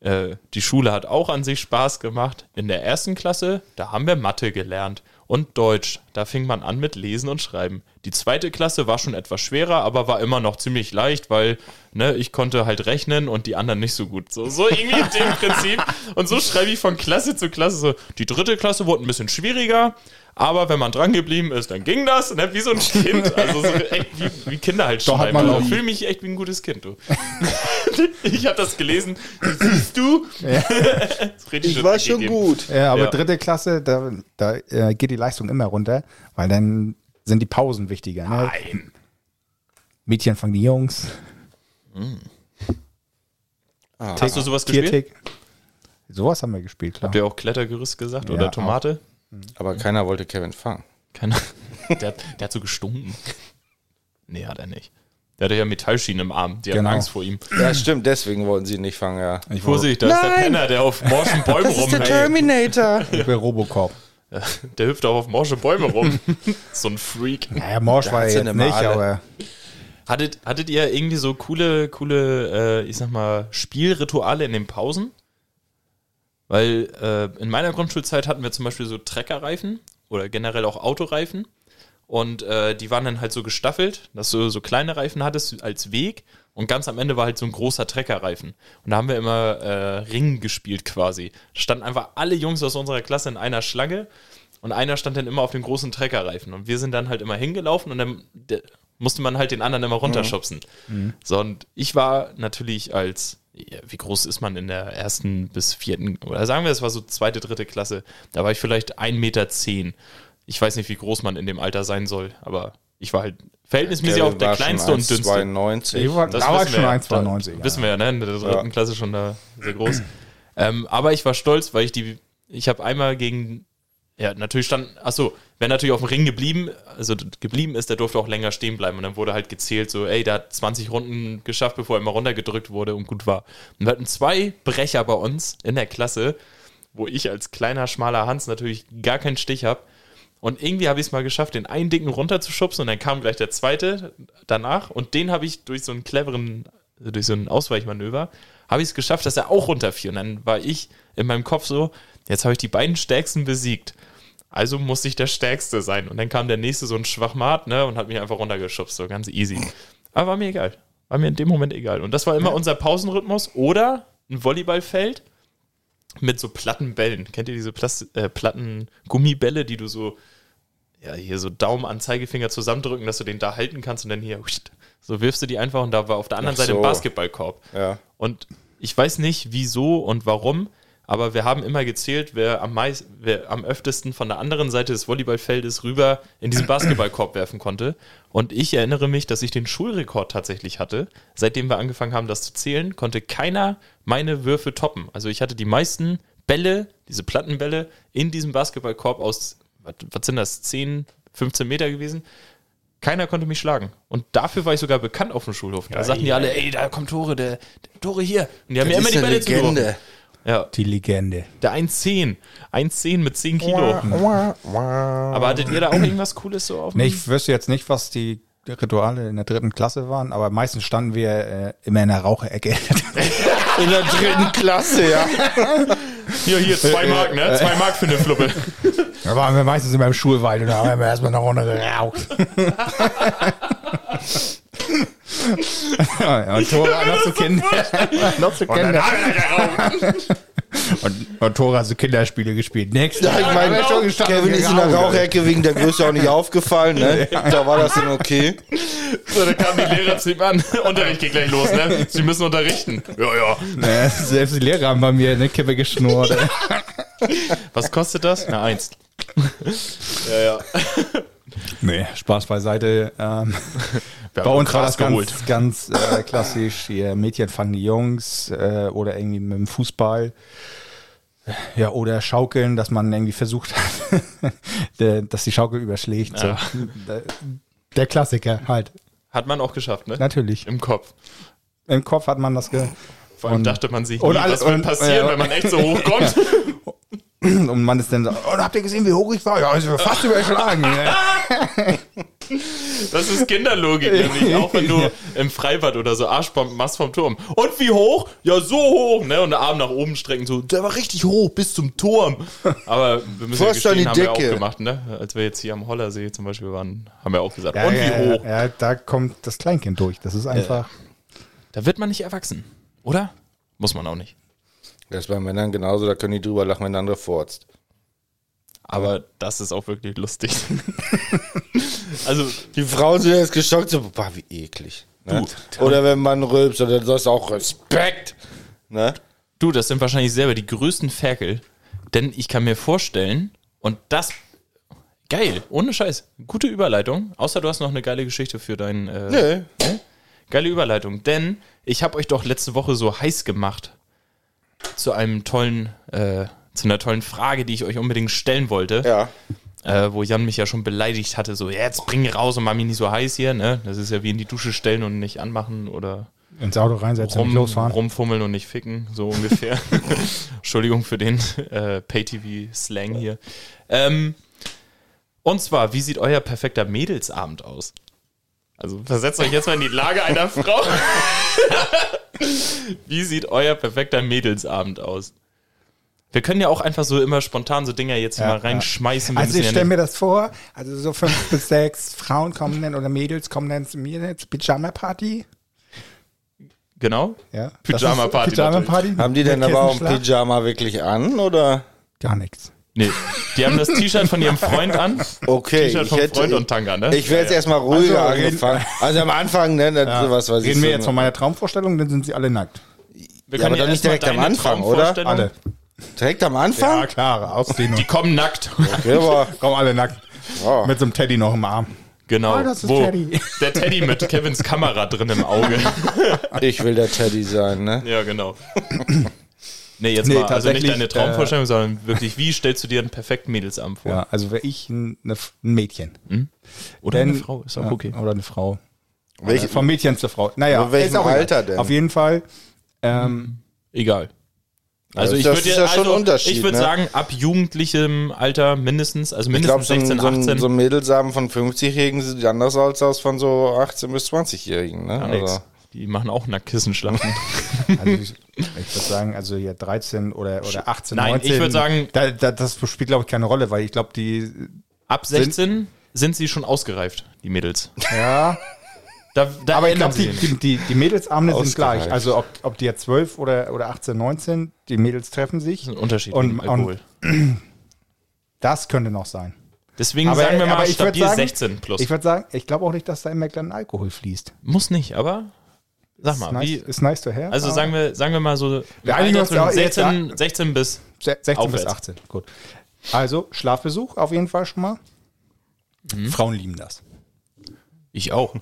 Speaker 1: äh, die Schule hat auch an sich Spaß gemacht. In der ersten Klasse, da haben wir Mathe gelernt und Deutsch. Da fing man an mit Lesen und Schreiben. Die zweite Klasse war schon etwas schwerer, aber war immer noch ziemlich leicht, weil ne, ich konnte halt rechnen und die anderen nicht so gut. So, so irgendwie in dem Prinzip. Und so schreibe ich von Klasse zu Klasse so. Die dritte Klasse wurde ein bisschen schwieriger, aber wenn man dran geblieben ist, dann ging das. Ne? Wie so ein Kind. Also so echt wie, wie Kinder halt
Speaker 3: Doch, hat
Speaker 1: schreiben.
Speaker 3: man
Speaker 1: Also,
Speaker 3: auch-
Speaker 1: ich fühle mich echt wie ein gutes Kind, du. ich habe das gelesen. Siehst du? ich
Speaker 3: Ja, aber
Speaker 1: Ja.
Speaker 3: dritte Klasse, da, da äh, geht die Leistung immer runter, weil dann sind die Pausen wichtiger. Ne?
Speaker 1: Nein.
Speaker 3: Mädchen fangen die Jungs.
Speaker 1: Hast du sowas gespielt?
Speaker 3: Tiertick. Sowas haben wir gespielt, klar.
Speaker 1: Habt ihr auch Klettergerüst gesagt
Speaker 3: Ja,
Speaker 1: oder
Speaker 3: auch.
Speaker 1: Tomate?
Speaker 2: Aber keiner wollte Kevin fangen.
Speaker 1: Keine der, hat- der hat so gestunken. Nee, hat er nicht. Der hatte ja Metallschienen im Arm. Die hatten
Speaker 3: Genau.
Speaker 1: Angst vor ihm.
Speaker 2: Ja, stimmt, deswegen wollten sie ihn nicht fangen, ja.
Speaker 1: Vorsicht, da ist der
Speaker 2: Nein!
Speaker 1: Penner, der auf morschen Bäumen rumhängt.
Speaker 2: Terminator.
Speaker 3: Ich bin Robocop.
Speaker 1: äh, der hüpft auch auf morsche Bäume rum. so ein Freak.
Speaker 3: Naja, Morsch war
Speaker 2: hat's
Speaker 3: ja
Speaker 2: ja
Speaker 3: jetzt
Speaker 2: eine
Speaker 3: nicht,
Speaker 2: Male.
Speaker 3: aber
Speaker 1: Hattet, hattet ihr irgendwie so coole, coole, äh, ich sag mal, Spielrituale in den Pausen? Weil äh, in meiner Grundschulzeit hatten wir zum Beispiel so Treckerreifen oder generell auch Autoreifen. Und äh, die waren dann halt so gestaffelt, dass du so kleine Reifen hattest als Weg. Und ganz am Ende war halt so ein großer Treckerreifen. Und da haben wir immer äh, Ring gespielt quasi. Da standen einfach alle Jungs aus unserer Klasse in einer Schlange. Und einer stand dann immer auf dem großen Treckerreifen. Und wir sind dann halt immer hingelaufen und dann de, musste man halt den anderen immer runterschubsen. So, und ich war natürlich als, ja, wie groß ist man in der ersten bis vierten, oder sagen wir, es war so zweite, dritte Klasse, da war ich vielleicht 1,10 Meter. Zehn. Ich weiß nicht, wie groß man in dem Alter sein soll, aber ich war halt verhältnismäßig auch der
Speaker 2: war schon
Speaker 1: kleinste und dünnste.
Speaker 2: 1,92.
Speaker 3: ich war,
Speaker 1: Das
Speaker 3: da war ich
Speaker 1: wissen
Speaker 3: schon
Speaker 1: wir ja.
Speaker 3: 1,92.
Speaker 1: Da, Wissen wir ja, ne? In der dritten Klasse schon da sehr groß. ähm, aber ich war stolz, weil ich die, ich habe einmal gegen, ja, natürlich stand, achso, wer natürlich auf dem Ring geblieben, also d- geblieben ist, der durfte auch länger stehen bleiben. Und dann wurde halt gezählt, so, ey, der hat 20 Runden geschafft, bevor er immer runtergedrückt wurde und gut war. Und wir hatten zwei Brecher bei uns in der Klasse, wo ich als kleiner, schmaler Hans natürlich gar keinen Stich habe. Und irgendwie habe ich es mal geschafft, den einen dicken runterzuschubsen und dann kam gleich der zweite danach und den habe ich durch so einen cleveren, also durch so ein Ausweichmanöver, habe ich es geschafft, dass er auch runterfiel. Und dann war ich in meinem Kopf so, jetzt habe ich die beiden Stärksten besiegt. Also musste ich der Stärkste sein. Und dann kam der nächste so ein Schwachmat, ne, und hat mich einfach runtergeschubst, so ganz easy. Aber war mir egal. War mir in dem Moment egal. Und das war immer unser Pausenrhythmus oder ein Volleyballfeld mit so platten Bällen. Kennt ihr diese Plast äh, platten Gummibälle, die du so, ja, hier so Daumen an Zeigefinger zusammendrücken, dass du den da halten kannst und dann hier, huischt, so wirfst du die einfach und da war auf der anderen
Speaker 2: Ach
Speaker 1: Seite ein
Speaker 2: so.
Speaker 1: Basketballkorb.
Speaker 2: Ja.
Speaker 1: Und ich weiß nicht, wieso und warum, aber wir haben immer gezählt, wer am, meist, wer am öftesten von der anderen Seite des Volleyballfeldes rüber in diesen Basketballkorb werfen konnte. Und ich erinnere mich, dass ich den Schulrekord tatsächlich hatte. Seitdem wir angefangen haben, das zu zählen, konnte keiner meine Würfe toppen. Also ich hatte die meisten Bälle, diese Plattenbälle, in diesem Basketballkorb aus, was, was sind das, 10, 15 Meter gewesen. Keiner konnte mich schlagen. Und dafür war ich sogar bekannt auf dem Schulhof. Da sagten die alle, ey, da kommt Tore, der, der Tore hier. Und die haben mir immer die Bälle zugeworfen. Ja,
Speaker 3: Die Legende.
Speaker 1: der 1,10. 1,10 mit 10 Kilo. Hm. Aber hattet ihr da auch irgendwas Cooles so auf dem
Speaker 3: Nee, Ne, ich wüsste jetzt nicht, was die Rituale in der dritten Klasse waren, aber meistens standen wir äh, immer in der Raucherecke.
Speaker 2: In der dritten Klasse, ja.
Speaker 1: Hier, hier, 2 Mark, ne? 2 Mark für eine Fluppe.
Speaker 3: da waren wir meistens immer im Schulwald und da haben wir erstmal eine Runde geraucht. Ja, und Tora noch so Kinder. noch so Kinder. Und, und Tora hat so Kinderspiele gespielt. Nächstes
Speaker 2: Ja, ich meine, Kevin ist in der Rauchecke wegen der Größe auch nicht aufgefallen, ne? Da war das dann okay.
Speaker 1: So, da kam die Lehrer zu ihm an. Unterricht geht gleich los, ne? Sie müssen unterrichten. Ja, ja.
Speaker 3: Nee, selbst die Lehrer haben bei mir eine Kippe geschnurrt.
Speaker 1: Was kostet das? Na, eins. ja, ja.
Speaker 3: Nee, Spaß beiseite. Ähm,
Speaker 1: Wir
Speaker 3: bei
Speaker 1: haben
Speaker 3: uns war
Speaker 1: Gras
Speaker 3: das ganz, ganz äh, klassisch. Hier Mädchen fangen die Jungs äh, oder irgendwie mit dem Fußball. Ja, oder Schaukeln, dass man irgendwie versucht hat, der- dass die Schaukel überschlägt.
Speaker 1: Ja.
Speaker 3: So. Der, der Klassiker halt.
Speaker 1: Hat man auch geschafft, ne?
Speaker 3: Natürlich.
Speaker 1: Im Kopf.
Speaker 3: Im Kopf hat man das ge
Speaker 1: Vor allem
Speaker 3: Und-
Speaker 1: dachte man sich, nie,
Speaker 3: und alle-
Speaker 1: was wird
Speaker 3: und-
Speaker 1: passieren,
Speaker 3: ja.
Speaker 1: wenn man echt so hoch kommt.
Speaker 3: und man ist dann so, oh, habt ihr gesehen, wie hoch ich war? Ja, ist fast überschlagen. ne?
Speaker 1: Das ist Kinderlogik, nämlich auch wenn du im Freibad oder so Arschbomben machst vom Turm. Und wie hoch? Ja, so hoch, ne? Und den Arm nach oben strecken, so, der war richtig hoch, bis zum Turm. Aber wir müssen ja
Speaker 2: Fast an die
Speaker 1: gestehen, haben wir auch
Speaker 2: Decke.
Speaker 1: gemacht, ne? Als wir jetzt hier am Hollersee zum Beispiel waren, haben wir auch gesagt,
Speaker 3: Ja,
Speaker 1: und wie
Speaker 3: ja,
Speaker 1: hoch?
Speaker 3: ja, da kommt das Kleinkind durch. Das ist einfach.
Speaker 1: Da wird man nicht erwachsen, oder? Muss man auch nicht.
Speaker 2: Das ist bei Männern genauso, da können die drüber lachen, wenn der andere furzt.
Speaker 1: Aber das ist auch wirklich lustig. also,
Speaker 2: Die Frauen sind jetzt geschockt, so, boah, wie eklig. Ne? Oder wenn man rülpst, dann sollst du auch Respekt. Ne?
Speaker 1: Du, das sind wahrscheinlich selber die größten Ferkel. Denn ich kann mir vorstellen, und das. Geil, ohne Scheiß. Gute Überleitung. Außer du hast noch eine geile Geschichte für deinen. Äh,
Speaker 2: Nee.
Speaker 1: Geile Überleitung. Denn ich habe euch doch letzte Woche so heiß gemacht zu einem tollen. Äh, zu einer tollen Frage, die ich euch unbedingt stellen wollte
Speaker 2: Ja.
Speaker 1: äh, wo Jan mich ja schon beleidigt hatte, so, "Ja, jetzt bring raus und mach mich nicht so heiß hier, ne? Das ist ja wie in die Dusche stellen und nicht anmachen oder
Speaker 3: Ins Auto reinsetzen und
Speaker 1: rum,
Speaker 3: losfahren.
Speaker 1: rumfummeln und nicht ficken, so ungefähr. Entschuldigung für den äh, Pay-TV-Slang hier. Ähm, und zwar, wie sieht euer perfekter Mädelsabend aus? Also versetzt euch jetzt mal in die Lage einer Frau. wie sieht euer perfekter Mädelsabend aus? Wir können ja auch einfach so immer spontan so Dinger jetzt hier
Speaker 3: Ja,
Speaker 1: mal reinschmeißen. Wir
Speaker 3: Also
Speaker 1: müssen
Speaker 3: ich
Speaker 1: ja
Speaker 3: stelle
Speaker 1: nicht-
Speaker 3: mir das vor, also so fünf bis sechs Frauen kommen dann oder Mädels kommen dann zu mir jetzt Pyjama-Party.
Speaker 1: genau.
Speaker 3: Ja,
Speaker 1: Pyjama-Party
Speaker 3: Pyjama-Party.
Speaker 2: Haben die denn
Speaker 3: Mit
Speaker 2: aber auch ein
Speaker 3: Kissenschlag?
Speaker 2: Pyjama wirklich an oder?
Speaker 3: Gar nichts.
Speaker 1: Nee, die haben das T-Shirt von ihrem Freund an.
Speaker 2: Okay,
Speaker 1: T-Shirt
Speaker 2: ich
Speaker 1: vom
Speaker 2: hätte,
Speaker 1: Freund und Tanga, ne?
Speaker 2: ich wäre jetzt erstmal ruhiger
Speaker 3: Also, reden-
Speaker 2: angefangen. Also am Anfang, ne, dann sowas, was ich
Speaker 3: Reden wir
Speaker 2: so-
Speaker 3: jetzt von meiner Traumvorstellung, dann sind sie alle nackt.
Speaker 1: Wir
Speaker 2: Ja, aber doch
Speaker 1: erst
Speaker 2: nicht
Speaker 1: mal
Speaker 2: direkt am
Speaker 1: deine
Speaker 2: Anfang, oder?
Speaker 1: Traumvorstellung-
Speaker 3: Alle.
Speaker 2: direkt am Anfang?
Speaker 3: Ja, klar, Ausdehnung.
Speaker 1: Die kommen nackt.
Speaker 2: Okay, aber
Speaker 3: Kommen alle nackt.
Speaker 2: oh,
Speaker 3: Mit so einem Teddy noch im Arm.
Speaker 1: Genau.
Speaker 3: Ah, das ist
Speaker 1: Wo
Speaker 3: Teddy.
Speaker 1: Der Teddy mit Kevins Kamera drin im Auge.
Speaker 2: ich will der Teddy sein, ne?
Speaker 1: ja, genau. Nee, jetzt
Speaker 3: Nee,
Speaker 1: mal, also nicht
Speaker 3: tatsächlich, äh,
Speaker 1: deine Traumvorstellung, sondern wirklich, wie stellst du dir einen perfekten Mädelsabend vor?
Speaker 3: Ja, also wäre ich ein, eine, F- ein Mädchen.
Speaker 1: Oder
Speaker 3: Denn-
Speaker 1: eine Frau, ist auch
Speaker 3: ja,
Speaker 1: okay.
Speaker 3: Oder eine Frau. Äh,
Speaker 2: Welche-
Speaker 3: Vom Mädchen zur Frau. Naja,
Speaker 2: Aber welchem
Speaker 3: ist auch egal.
Speaker 2: Alter denn?
Speaker 3: Auf jeden Fall. Ähm,
Speaker 1: Egal. Also
Speaker 2: Also
Speaker 1: ich
Speaker 2: das
Speaker 1: würde
Speaker 2: ist
Speaker 1: ja
Speaker 2: ja schon
Speaker 1: also,
Speaker 2: ein Unterschied,
Speaker 1: Ich würde
Speaker 2: ne?
Speaker 1: sagen, ab jugendlichem Alter mindestens, also
Speaker 2: Ich glaube,
Speaker 1: mindestens
Speaker 2: so, ein-
Speaker 1: 16,
Speaker 2: so, ein-
Speaker 1: 18.
Speaker 2: so ein Mädelsamen von 50-Jährigen sieht anders aus als von so 18- bis 20-Jährigen, ne?
Speaker 1: Alex,
Speaker 2: Also,
Speaker 1: die machen auch Nacktkissenschlachten.
Speaker 3: also ich, ich würde sagen, also hier 13 oder, oder 18,
Speaker 1: Nein, ich
Speaker 3: 19.
Speaker 1: würd sagen-
Speaker 3: Da, da, das spielt, glaube ich, keine Rolle, weil ich glaube, die.
Speaker 1: ab 16 sind, sie schon ausgereift, die Mädels.
Speaker 3: Ja.
Speaker 1: Da, da
Speaker 3: Aber ich
Speaker 1: ändern
Speaker 3: glaube,
Speaker 1: sie
Speaker 3: die,
Speaker 1: sich
Speaker 3: die, die, die Mädelsabende sind
Speaker 2: Ausgereift.
Speaker 3: gleich. Also ob, ob die jetzt 12 oder, oder 18, 19, die Mädels treffen sich.
Speaker 1: einen Unterschied
Speaker 3: Und-
Speaker 1: mit dem Alkohol.
Speaker 3: Das könnte noch sein.
Speaker 1: Deswegen
Speaker 3: aber-
Speaker 1: sagen wir mal
Speaker 3: aber ich würd
Speaker 1: stabil
Speaker 3: sagen,
Speaker 1: 16 plus.
Speaker 3: Ich würde sagen, ich glaube auch nicht, dass da immer gleich Alkohol fließt.
Speaker 1: Muss nicht, aber sag mal,
Speaker 3: ist, nice,
Speaker 1: wie,
Speaker 3: ist nice to have.
Speaker 1: also
Speaker 3: aber-
Speaker 1: sagen wir, sagen wir mal so
Speaker 3: Wir einigen
Speaker 1: Alter
Speaker 3: uns ja auch
Speaker 1: zwischen
Speaker 3: jetzt
Speaker 1: 16, 16 bis
Speaker 3: Se- 16
Speaker 1: Aufwärts.
Speaker 3: bis 18, gut. Also Schlafbesuch auf jeden Fall schon mal.
Speaker 1: Mhm.
Speaker 3: Frauen lieben das.
Speaker 1: ich auch.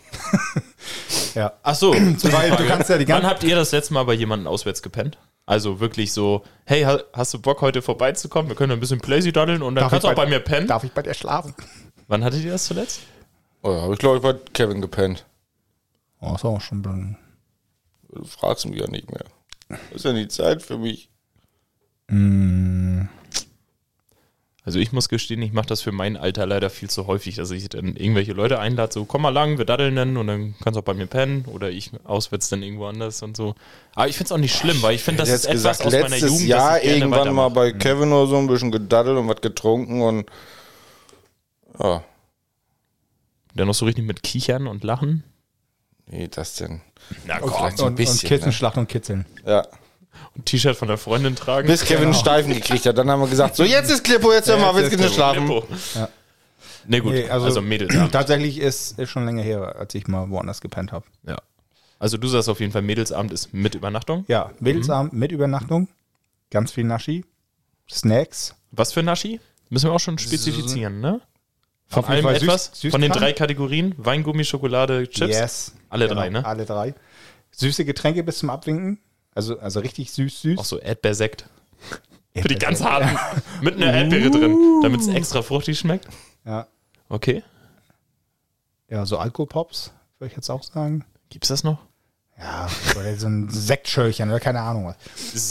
Speaker 3: Ja.
Speaker 1: Ach so,
Speaker 3: Weil du kannst ja die
Speaker 1: Wann
Speaker 3: ganze
Speaker 1: habt ihr das letzte Mal bei jemandem auswärts gepennt? Also wirklich so, hey, ha- hast du Bock heute vorbeizukommen? Wir können ein bisschen Playsy daddeln und dann kannst du auch bei mir pennen.
Speaker 3: Darf ich bei dir schlafen?
Speaker 1: Wann hattet ihr das zuletzt?
Speaker 2: oh, ja, hab ich glaube ich bei Kevin gepennt.
Speaker 3: Oh, ist auch schon blöd.
Speaker 2: Du fragst mich ja nicht mehr. Ist ja nicht Zeit für mich.
Speaker 3: Hm.
Speaker 1: Oh Also ich muss gestehen, ich mache das für mein Alter leider viel zu häufig, dass ich dann irgendwelche Leute einlade, so komm mal lang, wir daddeln dann und dann kannst du auch bei mir pennen oder ich auswärts dann irgendwo anders und so. Aber ich finde es auch nicht schlimm, weil ich finde, das
Speaker 2: Das
Speaker 1: ist
Speaker 2: jetzt
Speaker 1: etwas
Speaker 2: gesagt,
Speaker 1: aus meiner
Speaker 2: letztes
Speaker 1: Jugend,
Speaker 2: Jahr
Speaker 1: das ich gerne
Speaker 2: irgendwann mal
Speaker 1: weitermache.
Speaker 2: bei Kevin oder so ein bisschen gedaddelt und was getrunken und Ah, ja,
Speaker 1: Dann noch so richtig mit Kichern und Lachen.
Speaker 2: nee, das denn.
Speaker 1: Na
Speaker 2: vielleicht so ein
Speaker 3: Und, und
Speaker 2: bisschen. ne?
Speaker 3: Kissenschlacht und Kitzeln.
Speaker 2: Ja.
Speaker 1: Ein T-Shirt von der Freundin tragen.
Speaker 2: Bis Kevin einen Steifen gekriegt hat, dann haben wir gesagt, so jetzt ist Klippo, jetzt hör mal, wir gehen schlafen.
Speaker 1: Tempo. Nee, gut,
Speaker 3: Nee,
Speaker 1: also,
Speaker 3: also-
Speaker 1: Mädels.
Speaker 3: Tatsächlich ist, ist schon länger her, als ich mal woanders gepennt habe.
Speaker 1: Ja. Also du sagst auf jeden Fall, Mädelsabend ist mit Übernachtung.
Speaker 3: Ja, Mädelsabend mit Übernachtung, ganz viel Naschi, Snacks.
Speaker 1: Was für Naschi? Müssen wir auch schon spezifizieren, ne? Von
Speaker 3: Auf jeden
Speaker 1: allem
Speaker 3: Fall
Speaker 1: etwas?
Speaker 3: Süß-
Speaker 1: von den
Speaker 3: Süßkram.
Speaker 1: drei Kategorien? Weingummi, Schokolade, Chips?
Speaker 3: Yes. Genau,
Speaker 1: Alle drei, ne?
Speaker 3: Alle drei. Süße Getränke bis zum Abwinken. Also, also richtig süß, süß.
Speaker 1: Auch so Erdbeersekt. Für die ganz harten. Mit einer Erdbeere drin, damit es extra fruchtig schmeckt.
Speaker 3: Ja.
Speaker 1: Okay.
Speaker 3: ja, so Alkopops, würde ich jetzt auch sagen.
Speaker 1: Gibt's das noch?
Speaker 3: Ja, oder so ein Sektschölchen oder keine Ahnung was.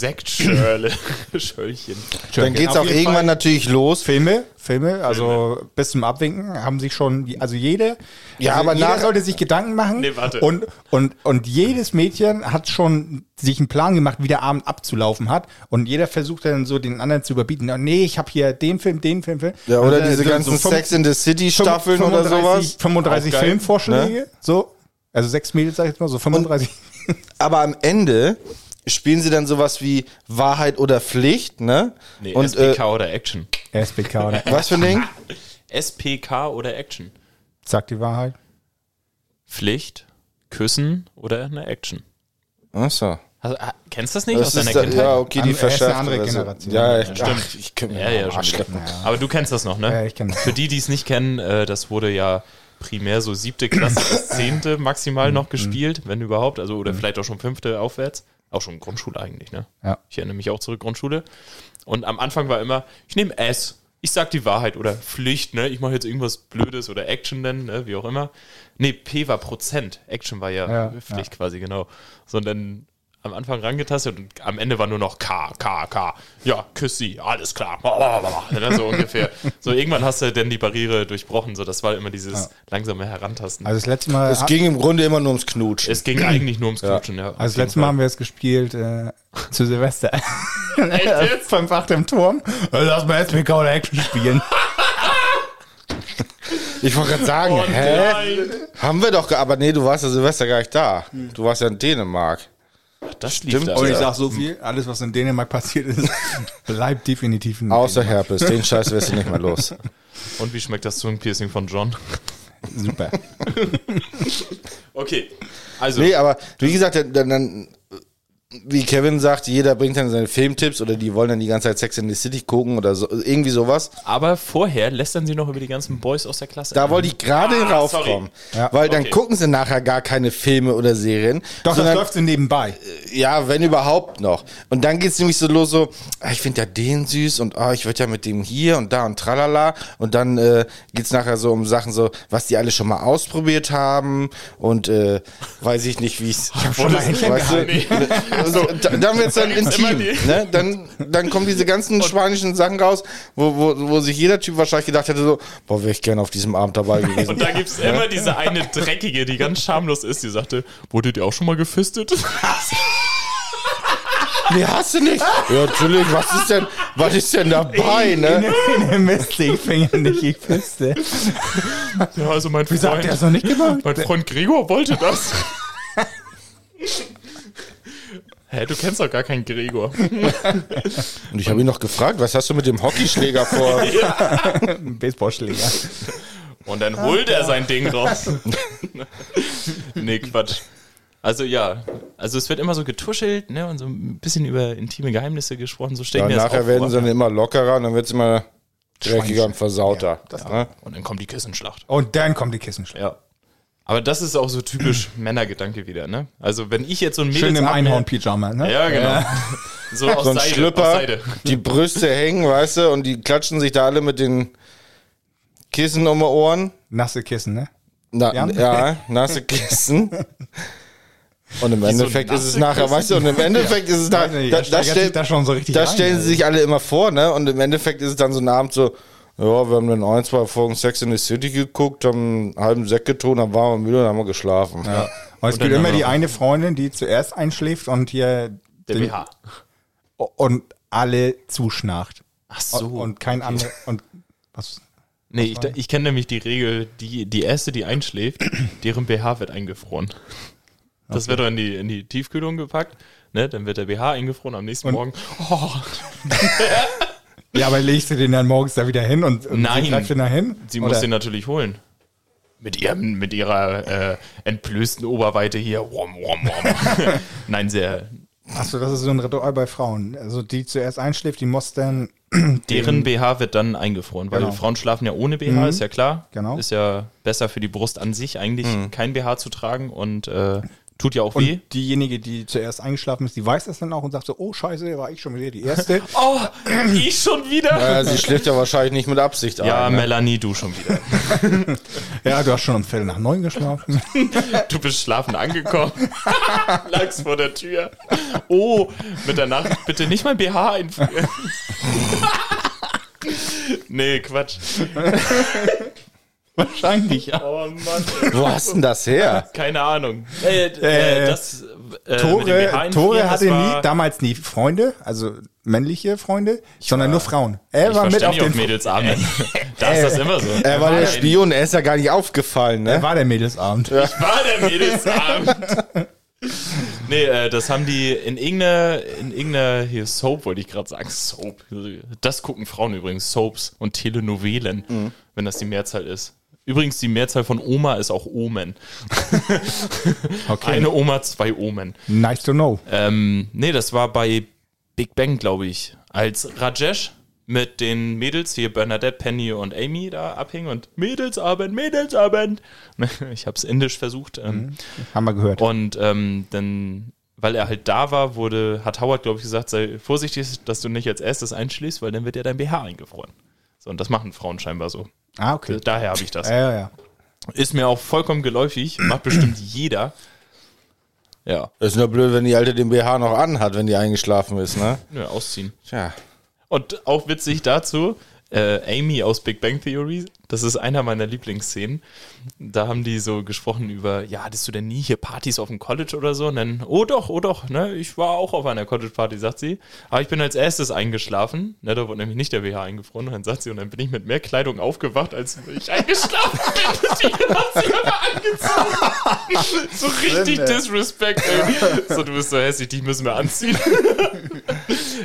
Speaker 1: Sektschörle. Schölchen.
Speaker 2: Dann geht's
Speaker 3: Auf
Speaker 2: auch
Speaker 3: jeden
Speaker 2: irgendwann
Speaker 3: Fall
Speaker 2: natürlich los.
Speaker 3: Filme, Filme, also bis zum Abwinken haben sich schon, also jede,
Speaker 2: Ja,
Speaker 3: also
Speaker 2: aber
Speaker 3: jeder
Speaker 2: nach-
Speaker 3: sollte sich Gedanken machen
Speaker 1: Nee, warte.
Speaker 3: und und und jedes Mädchen hat schon sich einen Plan gemacht, wie der Abend abzulaufen hat und jeder versucht dann so den anderen zu überbieten. Oh, nee, ich habe hier den Film, den Film, Film.
Speaker 2: Ja, oder
Speaker 3: Also,
Speaker 2: diese
Speaker 3: so-
Speaker 2: ganzen
Speaker 3: so fünf-
Speaker 2: Sex in the City Staffeln oder
Speaker 3: 35
Speaker 2: sowas. Ne?
Speaker 3: 35
Speaker 1: Auch geil,
Speaker 3: Filmvorschläge, so. Also sechs Mädels, sag ich jetzt mal, so 35.
Speaker 2: aber am Ende spielen sie dann sowas wie Wahrheit oder Pflicht, ne?
Speaker 1: Nee,
Speaker 2: und äh,
Speaker 1: SPK oder Action.
Speaker 3: SBK, oder?
Speaker 2: was für ein Ding?
Speaker 1: SPK oder Action.
Speaker 3: Sagt die Wahrheit.
Speaker 1: Pflicht, Küssen oder eine Action.
Speaker 2: Achso.
Speaker 1: Also, ah, kennst du das nicht
Speaker 2: Das
Speaker 1: aus deiner
Speaker 2: Also, ist da,
Speaker 1: Kindheit?
Speaker 2: ja, okay, die
Speaker 3: An- er ist eine
Speaker 2: verschärft.
Speaker 3: andere
Speaker 2: oder so.
Speaker 3: Generation.
Speaker 2: Ja, ich,
Speaker 1: Ja, stimmt.
Speaker 2: Ach, ich kann mir
Speaker 1: Ja,
Speaker 2: ja,
Speaker 1: ja,
Speaker 2: ja,
Speaker 1: schon.
Speaker 2: Arschlecken.
Speaker 1: Aber du kennst das noch, ne?
Speaker 3: Ja, ich kenn das.
Speaker 1: Für die, die es nicht kennen, äh, das wurde ja primär so siebte Klasse bis zehnte maximal
Speaker 3: Mhm.
Speaker 1: noch gespielt, wenn überhaupt. Also, oder vielleicht auch schon fünfte aufwärts. Auch schon Grundschule eigentlich, ne?
Speaker 3: Ja.
Speaker 1: Ich erinnere mich auch zurück, Grundschule. Und am Anfang war immer, ich nehme S. Ich sag die Wahrheit oder Pflicht, ne? Ich mache jetzt irgendwas Blödes oder Action denn, ne? Wie auch immer. Nee, P war Prozent. Action war ja,
Speaker 3: Ja,
Speaker 1: Pflicht quasi, genau. Sondern am Anfang rangetastet und am Ende war nur noch K, K, K. Ja, küss sie, alles klar. Blablabla. Dann Ne, so ungefähr. So irgendwann hast du denn die Barriere durchbrochen. So, das war immer dieses langsame Herantasten.
Speaker 3: Also das letzte Mal,
Speaker 2: Es ging im Grunde immer nur ums Knutschen.
Speaker 1: es ging eigentlich nur ums Knutschen, ja.
Speaker 3: also das letzte Mal haben wir es gespielt äh, zu Silvester. Fünf, acht im Turm. Lass mal jetzt mit Call Action spielen.
Speaker 2: Ich wollte gerade sagen,
Speaker 1: Oh
Speaker 2: hä?
Speaker 1: nein.
Speaker 2: Haben wir doch, ge- aber nee, du warst ja Silvester gar nicht da. Du warst ja in Dänemark.
Speaker 1: Das
Speaker 2: Stimmt.
Speaker 1: stimmt.
Speaker 3: Und
Speaker 1: Da.
Speaker 3: ich sag so viel, alles was in Dänemark passiert ist, bleibt definitiv in
Speaker 2: Außer Herpes, den Scheiß wirst du nicht mehr los.
Speaker 1: Und wie schmeckt das Zungenpiercing von John?
Speaker 3: Super.
Speaker 1: Okay. Also,
Speaker 2: Nee, aber wie gesagt, dann, dann- dann, wie Kevin sagt, jeder bringt dann seine Filmtipps oder die wollen dann die ganze Zeit Sex in the City gucken oder so, irgendwie sowas.
Speaker 1: aber vorher lästern sie noch über die ganzen Boys aus der Klasse.
Speaker 2: Da wollte ich gerade raufkommen.
Speaker 3: Ja.
Speaker 2: weil dann
Speaker 1: Ah, Okay.
Speaker 2: gucken sie nachher gar keine Filme oder Serien.
Speaker 3: Doch, das
Speaker 2: sondern-
Speaker 3: läuft so nebenbei.
Speaker 2: Ja, wenn überhaupt noch. Und dann geht's nämlich so los, so, ah, ich finde ja den süß und ah, ich würde ja mit dem hier und da und tralala. Und dann äh, geht's nachher so um Sachen so, was die alle schon mal ausprobiert haben und äh, weiß ich nicht, wie ich's. Ich hab
Speaker 3: schon mal Händchen
Speaker 2: also, da- dann wird's dann
Speaker 1: Da gibt's immer
Speaker 2: intim.
Speaker 1: die-
Speaker 2: Ne? Dann, dann kommen diese ganzen spanischen Sachen raus, wo, wo, wo sich jeder Typ wahrscheinlich gedacht hätte, so, boah, wäre ich gerne auf diesem Abend dabei gewesen.
Speaker 1: Und da gibt es immer diese eine Dreckige, die ganz schamlos ist, die sagte, wurdet ihr auch schon mal gefistet?
Speaker 2: Nee, hast du nicht. Ja, natürlich, was ist denn, was ist denn dabei, ne?
Speaker 3: Ne, Mist, ich fing nicht, ich piste.
Speaker 1: ja, also mein
Speaker 3: Wieso
Speaker 1: Freund,
Speaker 3: habt ihr das noch nicht gemacht?
Speaker 1: mein Freund Gregor wollte das. Hä, du kennst doch gar keinen Gregor.
Speaker 2: Und ich habe ihn noch gefragt, was hast du mit dem Hockeyschläger vor?
Speaker 3: Ein Baseballschläger.
Speaker 1: Und dann holt er sein Ding raus. nee, Quatsch. Also ja, also es wird immer so getuschelt, ne, und so ein bisschen über intime Geheimnisse gesprochen, so stelle
Speaker 2: Ja,
Speaker 1: ich mir das
Speaker 2: nachher
Speaker 1: auch
Speaker 2: werden
Speaker 1: vor.
Speaker 2: sie dann immer lockerer und dann wird es immer dreckiger
Speaker 3: Schweinchen.
Speaker 2: und versauter. Ne? Ja.
Speaker 1: Und dann kommt die Kissenschlacht.
Speaker 3: Und dann kommt die Kissenschläge.
Speaker 1: Ja. Aber das ist auch so typisch Männergedanke wieder, ne? Also wenn ich jetzt so ein Mädels
Speaker 3: Schön im
Speaker 1: abmelde-
Speaker 3: Einhorn-Pyjama, ne?
Speaker 1: Ja, genau. So aus
Speaker 2: So
Speaker 1: Seide.
Speaker 2: ein
Speaker 1: Aus
Speaker 2: Schlüpper,
Speaker 1: Seide.
Speaker 2: die Brüste hängen, weißt du, und die klatschen sich da alle mit den Kissen um die Ohren.
Speaker 3: Nasse Kissen, ne?
Speaker 2: Na, ja.
Speaker 3: Ja.
Speaker 2: nasse Kissen. Und im Endeffekt ist es
Speaker 1: nasse
Speaker 2: nachher, weißt du, und im Endeffekt ist es nachher,
Speaker 3: Weiß nicht,
Speaker 2: da,
Speaker 3: da
Speaker 2: da,
Speaker 3: steigert sich
Speaker 2: stell,
Speaker 3: das schon so richtig
Speaker 2: da
Speaker 3: rein,
Speaker 2: stellen sie
Speaker 3: also.
Speaker 2: sich alle immer vor, ne? Und im Endeffekt ist es dann so ein Abend so, ja, wir haben dann ein, zwei Folgen Sex in the City geguckt, haben einen halben Sekt getrunken, dann waren wir müde und haben wir geschlafen.
Speaker 3: Ja. Und es
Speaker 1: Und dann
Speaker 3: gibt immer die
Speaker 1: noch-
Speaker 3: eine Freundin, die zuerst einschläft und hier
Speaker 1: Der
Speaker 3: den-
Speaker 1: BH.
Speaker 3: und alle zuschnarcht.
Speaker 1: Ach so.
Speaker 3: Und kein anderer. Und was?
Speaker 1: nee, ich, ich kenne nämlich die Regel, die, die erste, die einschläft, deren BH wird eingefroren. Das wird dann in die, in die Tiefkühlung gepackt, ne? Dann wird der BH eingefroren am nächsten Morgen. Oh,
Speaker 3: Ja, aber legst du den dann morgens da wieder hin und, und
Speaker 1: Nein.
Speaker 3: sie greift den da hin?
Speaker 1: sie
Speaker 3: Oder-
Speaker 1: muss den natürlich holen. Mit, ihrem, mit ihrer äh, entblößten Oberweite hier. Wom, wom, wom. Nein, sehr.
Speaker 3: Achso, das ist so ein Ritual bei Frauen. Also die zuerst einschläft, die muss dann.
Speaker 1: Deren BH wird dann eingefroren, weil
Speaker 3: Genau.
Speaker 1: Frauen schlafen ja ohne BH, ist ja klar.
Speaker 3: Genau. Mhm.
Speaker 1: Ist ja besser für die Brust an sich, eigentlich kein BH zu tragen und äh, tut ja auch weh.
Speaker 3: Und diejenige, die zuerst eingeschlafen ist, die weiß das dann auch und sagt so, oh scheiße, war ich schon wieder die Erste.
Speaker 1: Oh, ich schon
Speaker 3: Äh,
Speaker 1: wieder.
Speaker 2: Naja, sie schläft ja wahrscheinlich nicht mit Absicht
Speaker 1: Ja,
Speaker 3: Ah,
Speaker 2: ein. Ne?
Speaker 1: Melanie, du schon wieder.
Speaker 3: ja, du hast schon um Viertel nach neun geschlafen.
Speaker 1: Du bist schlafend angekommen. Lagst vor der Tür. Oh, mit der Nacht bitte nicht mein BH einfrieren. nee, Quatsch.
Speaker 3: Wahrscheinlich, ja.
Speaker 1: Oh Mann.
Speaker 2: Wo hast denn das her?
Speaker 1: Keine Ahnung. Äh, äh,
Speaker 3: Äh,
Speaker 1: das, äh, mit dem BH
Speaker 3: Tore,
Speaker 1: einfrieren,
Speaker 3: Tore
Speaker 1: das
Speaker 3: hatte nie,
Speaker 1: war-
Speaker 3: damals nie Freunde, also männliche Freunde, sondern nur Frauen. Er war mit
Speaker 1: verstand nicht
Speaker 3: auf den. Äh.
Speaker 1: auf Mädelsabenden. da ist das immer so.
Speaker 2: Er war der Spion, er ist ja gar nicht aufgefallen, ne?
Speaker 3: Er war der Mädelsabend.
Speaker 1: War der Mädelsabend. Nee, äh, das haben die in irgendeiner, in irgendeiner, hier Soap wollte ich gerade sagen, Soap. Das gucken Frauen übrigens, Soaps und Telenovelen, wenn das die Mehrzahl ist. Übrigens, die Mehrzahl von Oma ist auch Omen. Eine Oma, zwei Omen.
Speaker 3: Nice to know.
Speaker 1: Ähm, nee, das war bei Big Bang, glaube ich. Als Rajesh mit den Mädels hier, Bernadette, Penny und Amy da abhing und Mädelsabend, Mädelsabend. Ich habe es indisch versucht. Ähm,
Speaker 3: Haben wir gehört.
Speaker 1: und ähm, dann, weil er halt da war, wurde, hat Howard, glaube ich, gesagt, sei vorsichtig, dass du nicht als erstes einschläfst, weil dann wird ja dein BH eingefroren. So, und das machen Frauen scheinbar so.
Speaker 3: ah, okay.
Speaker 1: Daher habe ich das.
Speaker 3: Ja, ja, ja.
Speaker 1: Ist mir auch vollkommen geläufig, macht bestimmt jeder. Ja.
Speaker 2: Das ist nur blöd, wenn die Alte den BH noch anhat, wenn die eingeschlafen ist, ne?
Speaker 1: ja, ausziehen.
Speaker 2: Tja.
Speaker 1: Und auch witzig dazu, äh, Amy aus Big Bang Theory, das ist einer meiner Lieblingsszenen. Da haben die so gesprochen über, ja, hattest du denn nie hier Partys auf dem College oder so? Und dann, oh doch, oh doch, ne, ich war auch auf einer College-Party, sagt sie. Aber ich bin als erstes eingeschlafen, ne, da wurde nämlich nicht der BH eingefroren. Und dann sagt sie, und dann bin ich mit mehr Kleidung aufgewacht, als ich eingeschlafen bin. Die hat sie aber angezogen. so richtig
Speaker 3: ey.
Speaker 1: Disrespect, ey. So, du bist so hässlich, dich müssen wir anziehen.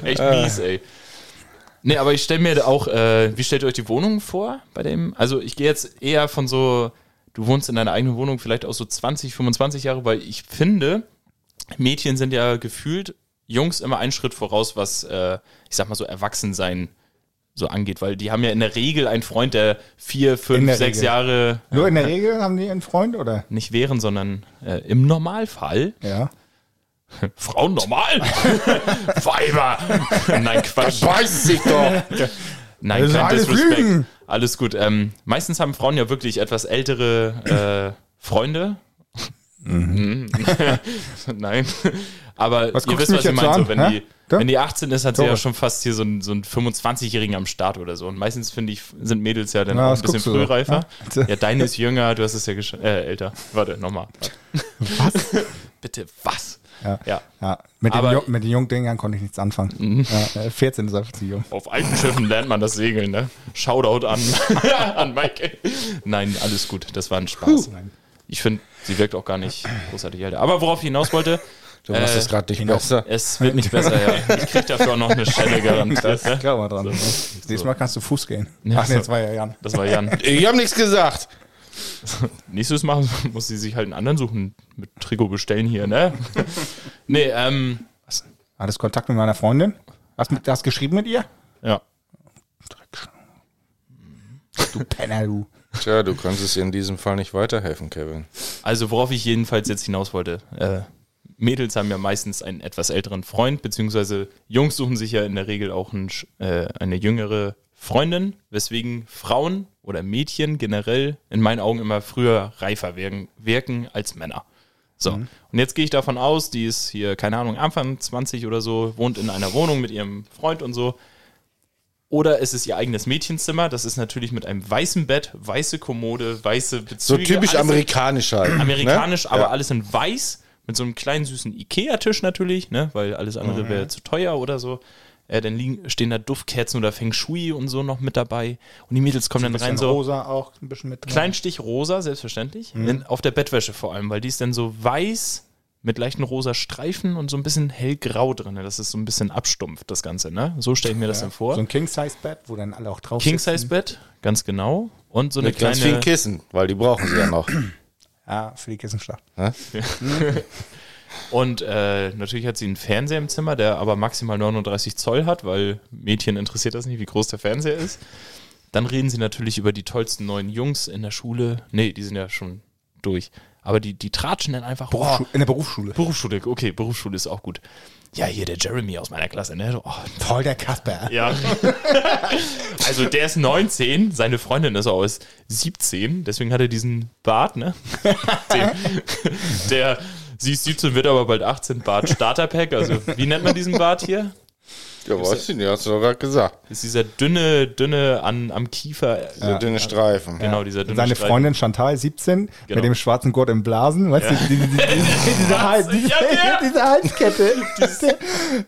Speaker 1: Echt
Speaker 3: Ah.
Speaker 1: mies, ey. Nee, aber ich stelle mir da auch, äh, wie stellt ihr euch die Wohnung vor bei dem? Also ich gehe jetzt eher von so, du wohnst in deiner eigenen Wohnung vielleicht auch so 20, 25 Jahre, weil ich finde, Mädchen sind ja gefühlt Jungs immer einen Schritt voraus, was, äh, ich sag mal so, Erwachsensein so angeht, weil die haben ja in der Regel einen Freund, der vier,
Speaker 3: In
Speaker 1: fünf,
Speaker 3: der
Speaker 1: sechs
Speaker 3: Regel.
Speaker 1: Jahre
Speaker 3: Nur in der Regel haben die einen Freund, oder?
Speaker 1: nicht wären, sondern äh, im Normalfall.
Speaker 3: Ja.
Speaker 1: Frauen normal? Weiber! Nein, Quatsch.
Speaker 2: Weiß ich doch!
Speaker 1: Nein,
Speaker 3: Das ist
Speaker 1: kein
Speaker 3: alles
Speaker 1: Disrespect.
Speaker 3: Lügen.
Speaker 1: Alles gut. Ähm, meistens haben Frauen ja wirklich etwas ältere äh, Freunde. Nein. Aber
Speaker 3: Mhm. Was
Speaker 1: ihr wisst,
Speaker 3: guckst du
Speaker 1: was
Speaker 3: mich
Speaker 1: ich
Speaker 3: jetzt
Speaker 1: meine.
Speaker 3: so an,
Speaker 1: So, wenn,
Speaker 3: hä?
Speaker 1: die,
Speaker 3: Da?
Speaker 1: wenn die 18 ist, hat sie ja
Speaker 3: Thomas.
Speaker 1: schon fast hier so einen, so einen 25-Jährigen am Start oder so. Und meistens finde ich, sind Mädels ja dann
Speaker 3: Na,
Speaker 1: auch ein
Speaker 3: was
Speaker 1: bisschen
Speaker 3: guckst du so,
Speaker 1: frühreifer.
Speaker 3: ne?
Speaker 1: Ja, deine ist jünger, du hast es ja gesch- äh, älter. Warte, nochmal. Was? Bitte, was?
Speaker 3: Ja.
Speaker 1: Ja,
Speaker 3: ja. Mit, den
Speaker 1: Aber- Mhm.
Speaker 3: Ju- mit den jungen Dingern konnte ich nichts anfangen. Ja, äh, 14 ist einfach zu jung.
Speaker 1: Auf alten Schiffen lernt man das Segeln, ne? Shoutout an, an Mike. Nein, alles gut, das war ein Spaß. Ich finde, sie wirkt auch gar nicht großartig älter. Aber worauf ich hinaus wollte,
Speaker 2: Du machst
Speaker 1: Äh,
Speaker 2: es gerade nicht besser.
Speaker 1: es wird nicht besser, ja. Ich kriege dafür auch noch eine Schelle garantiert. Ne?
Speaker 3: Klar mal dran. ne? Nächstes Mal kannst du Fuß gehen.
Speaker 1: Ja,
Speaker 3: Ach nee,
Speaker 1: so.
Speaker 3: das war ja Jan.
Speaker 1: Das war Jan.
Speaker 2: Ich hab nichts gesagt!
Speaker 1: Nächstes Mal muss sie sich halt einen anderen suchen, mit Trikot bestellen hier, ne? Nee, ähm,
Speaker 3: Hattest Kontakt mit meiner Freundin? Hast du hast geschrieben mit ihr?
Speaker 1: ja.
Speaker 3: Du Penner, du.
Speaker 2: Tja, du kannst es in diesem Fall nicht weiterhelfen, Kevin.
Speaker 1: Also worauf ich jedenfalls jetzt hinaus wollte, äh, Mädels haben ja meistens einen etwas älteren Freund, beziehungsweise Jungs suchen sich ja in der Regel auch einen, sch- äh, eine jüngere Freundin, weswegen Frauen oder Mädchen generell in meinen Augen immer früher reifer wirken, wirken als Männer. So,
Speaker 2: Mhm.
Speaker 1: und jetzt gehe ich davon aus, die ist hier, keine Ahnung, Anfang 20 oder so, wohnt in einer Wohnung mit ihrem Freund und so. Oder es ist ihr eigenes Mädchenzimmer, das ist natürlich mit einem weißen Bett, weiße Kommode, weiße
Speaker 2: So
Speaker 1: Bezüge.
Speaker 2: typisch
Speaker 1: alles-
Speaker 2: amerikanisch halt. ne?
Speaker 1: Amerikanisch, aber
Speaker 2: Ja.
Speaker 1: alles in weiß, mit so einem kleinen süßen Ikea-Tisch natürlich, ne? weil alles
Speaker 2: Mhm.
Speaker 1: andere wäre zu teuer oder so. Äh, dann liegen, stehen da Duftkerzen oder Feng Shui und so noch mit dabei. Und die Mädels kommen dann rein,
Speaker 3: Bisschen
Speaker 1: so
Speaker 3: rosa auch ein bisschen mit drin.
Speaker 1: Kleinstich rosa, selbstverständlich.
Speaker 2: Mhm.
Speaker 1: Dann Auf der Bettwäsche vor allem, weil die ist dann so weiß mit leichten rosa Streifen und so ein bisschen hellgrau drin. Das ist so ein bisschen abstumpft, das Ganze, ne? So stelle ich mir das dann vor.
Speaker 3: So ein King-Size-Bett, wo dann alle auch drauf sitzen.
Speaker 1: King-Size-Bett, ganz genau. Und so eine
Speaker 2: Mit ganz
Speaker 1: kleine.
Speaker 2: vielen Kissen, weil die brauchen sie ja noch. ne?
Speaker 3: Ja, für die Kissenschlacht.
Speaker 1: Und äh, natürlich hat sie einen Fernseher im Zimmer, der aber maximal 39 Zoll hat, weil Mädchen interessiert das nicht, wie groß der Fernseher ist. Dann reden sie natürlich über die tollsten neuen Jungs in der Schule. Nee, die sind ja schon durch. Aber die, die tratschen dann einfach. Boah,
Speaker 3: In der Berufsschule.
Speaker 1: Berufsschule, okay, Berufsschule ist auch gut. Ja, hier der Jeremy aus meiner Klasse, ne? Oh,
Speaker 3: Voll der Kasper.
Speaker 1: ja. also der ist 19, seine Freundin ist aus 17, deswegen hat er diesen Bart, ne? Den, der, sie ist 17, wird aber bald 18, Bart Starterpack, also wie nennt man diesen Bart hier?
Speaker 2: Ja, weiß ich nicht, hast du doch gerade gesagt.
Speaker 1: Ist dieser dünne, dünne an, am Kiefer,
Speaker 2: So dünne Streifen.
Speaker 1: genau, dieser dünne
Speaker 3: Seine
Speaker 1: Streifen.
Speaker 3: Freundin Chantal, 17,
Speaker 1: Genau.
Speaker 3: mit dem schwarzen Gurt im Blasen. Weißt du, die, die, die, die, diese, Hals, diese,
Speaker 1: Ja, der.
Speaker 3: diese Halskette.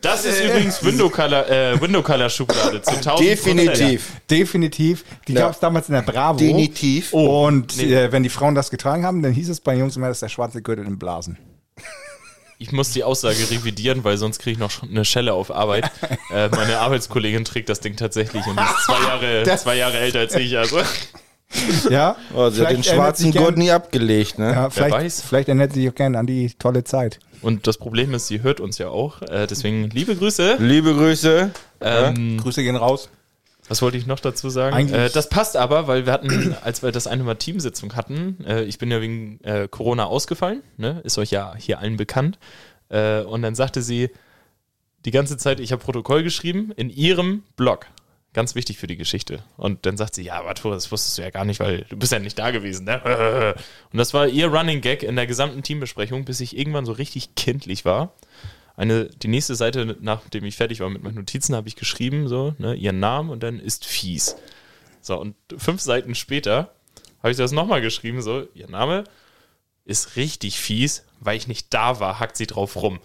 Speaker 1: Das ist übrigens Window Color, äh, Window Color Schublade zu 1000
Speaker 2: Definitiv.
Speaker 3: Definitiv. Die
Speaker 2: Ja.
Speaker 3: gab es damals in der Bravo.
Speaker 2: Definitiv.
Speaker 1: Oh.
Speaker 3: Und äh, wenn die Frauen das getragen haben, dann hieß es bei Jungs immer, das ist der schwarze Gürtel im Blasen.
Speaker 1: Ich muss die Aussage revidieren, weil sonst kriege ich noch eine Schelle auf Arbeit. äh, meine Arbeitskollegin trägt das Ding tatsächlich und die ist zwei Jahre,
Speaker 3: Das-
Speaker 1: zwei Jahre älter als ich. Also.
Speaker 3: Ja?
Speaker 2: Oh, sie hat den
Speaker 3: Vielleicht erinnert
Speaker 2: schwarzen
Speaker 3: sich
Speaker 2: Gurt
Speaker 3: gern-
Speaker 2: nie abgelegt, ne?
Speaker 3: Ja, vielleicht,
Speaker 1: weiß.
Speaker 3: vielleicht erinnert sie sich auch gerne an die tolle Zeit.
Speaker 1: Und das Problem ist, sie hört uns ja auch. Äh, deswegen liebe Grüße.
Speaker 2: Liebe Grüße.
Speaker 1: Ähm,
Speaker 3: Grüße gehen raus.
Speaker 1: was wollte ich noch dazu sagen?
Speaker 3: Eigentlich-
Speaker 1: Äh, das passt aber, weil wir hatten, als wir das eine Mal Teamsitzung hatten, äh, ich bin ja wegen äh, Corona ausgefallen, ne? ist euch ja hier allen bekannt. Äh, und dann sagte sie die ganze Zeit, ich habe Protokoll geschrieben in ihrem Blog. Ganz wichtig für die Geschichte. Und dann sagt sie, ja, aber Tore, das wusstest du ja gar nicht, weil du bist ja nicht da gewesen. Ne? Und das war ihr Running Gag in der gesamten Teambesprechung, bis ich irgendwann so richtig kindlich war. Eine, die nächste Seite, nachdem ich fertig war mit meinen Notizen, habe ich geschrieben, so, ne, ihren Namen und dann ist fies. So, und fünf Seiten später habe ich das nochmal geschrieben, so, ihr Name ist richtig fies, weil ich nicht da war, hackt sie drauf rum.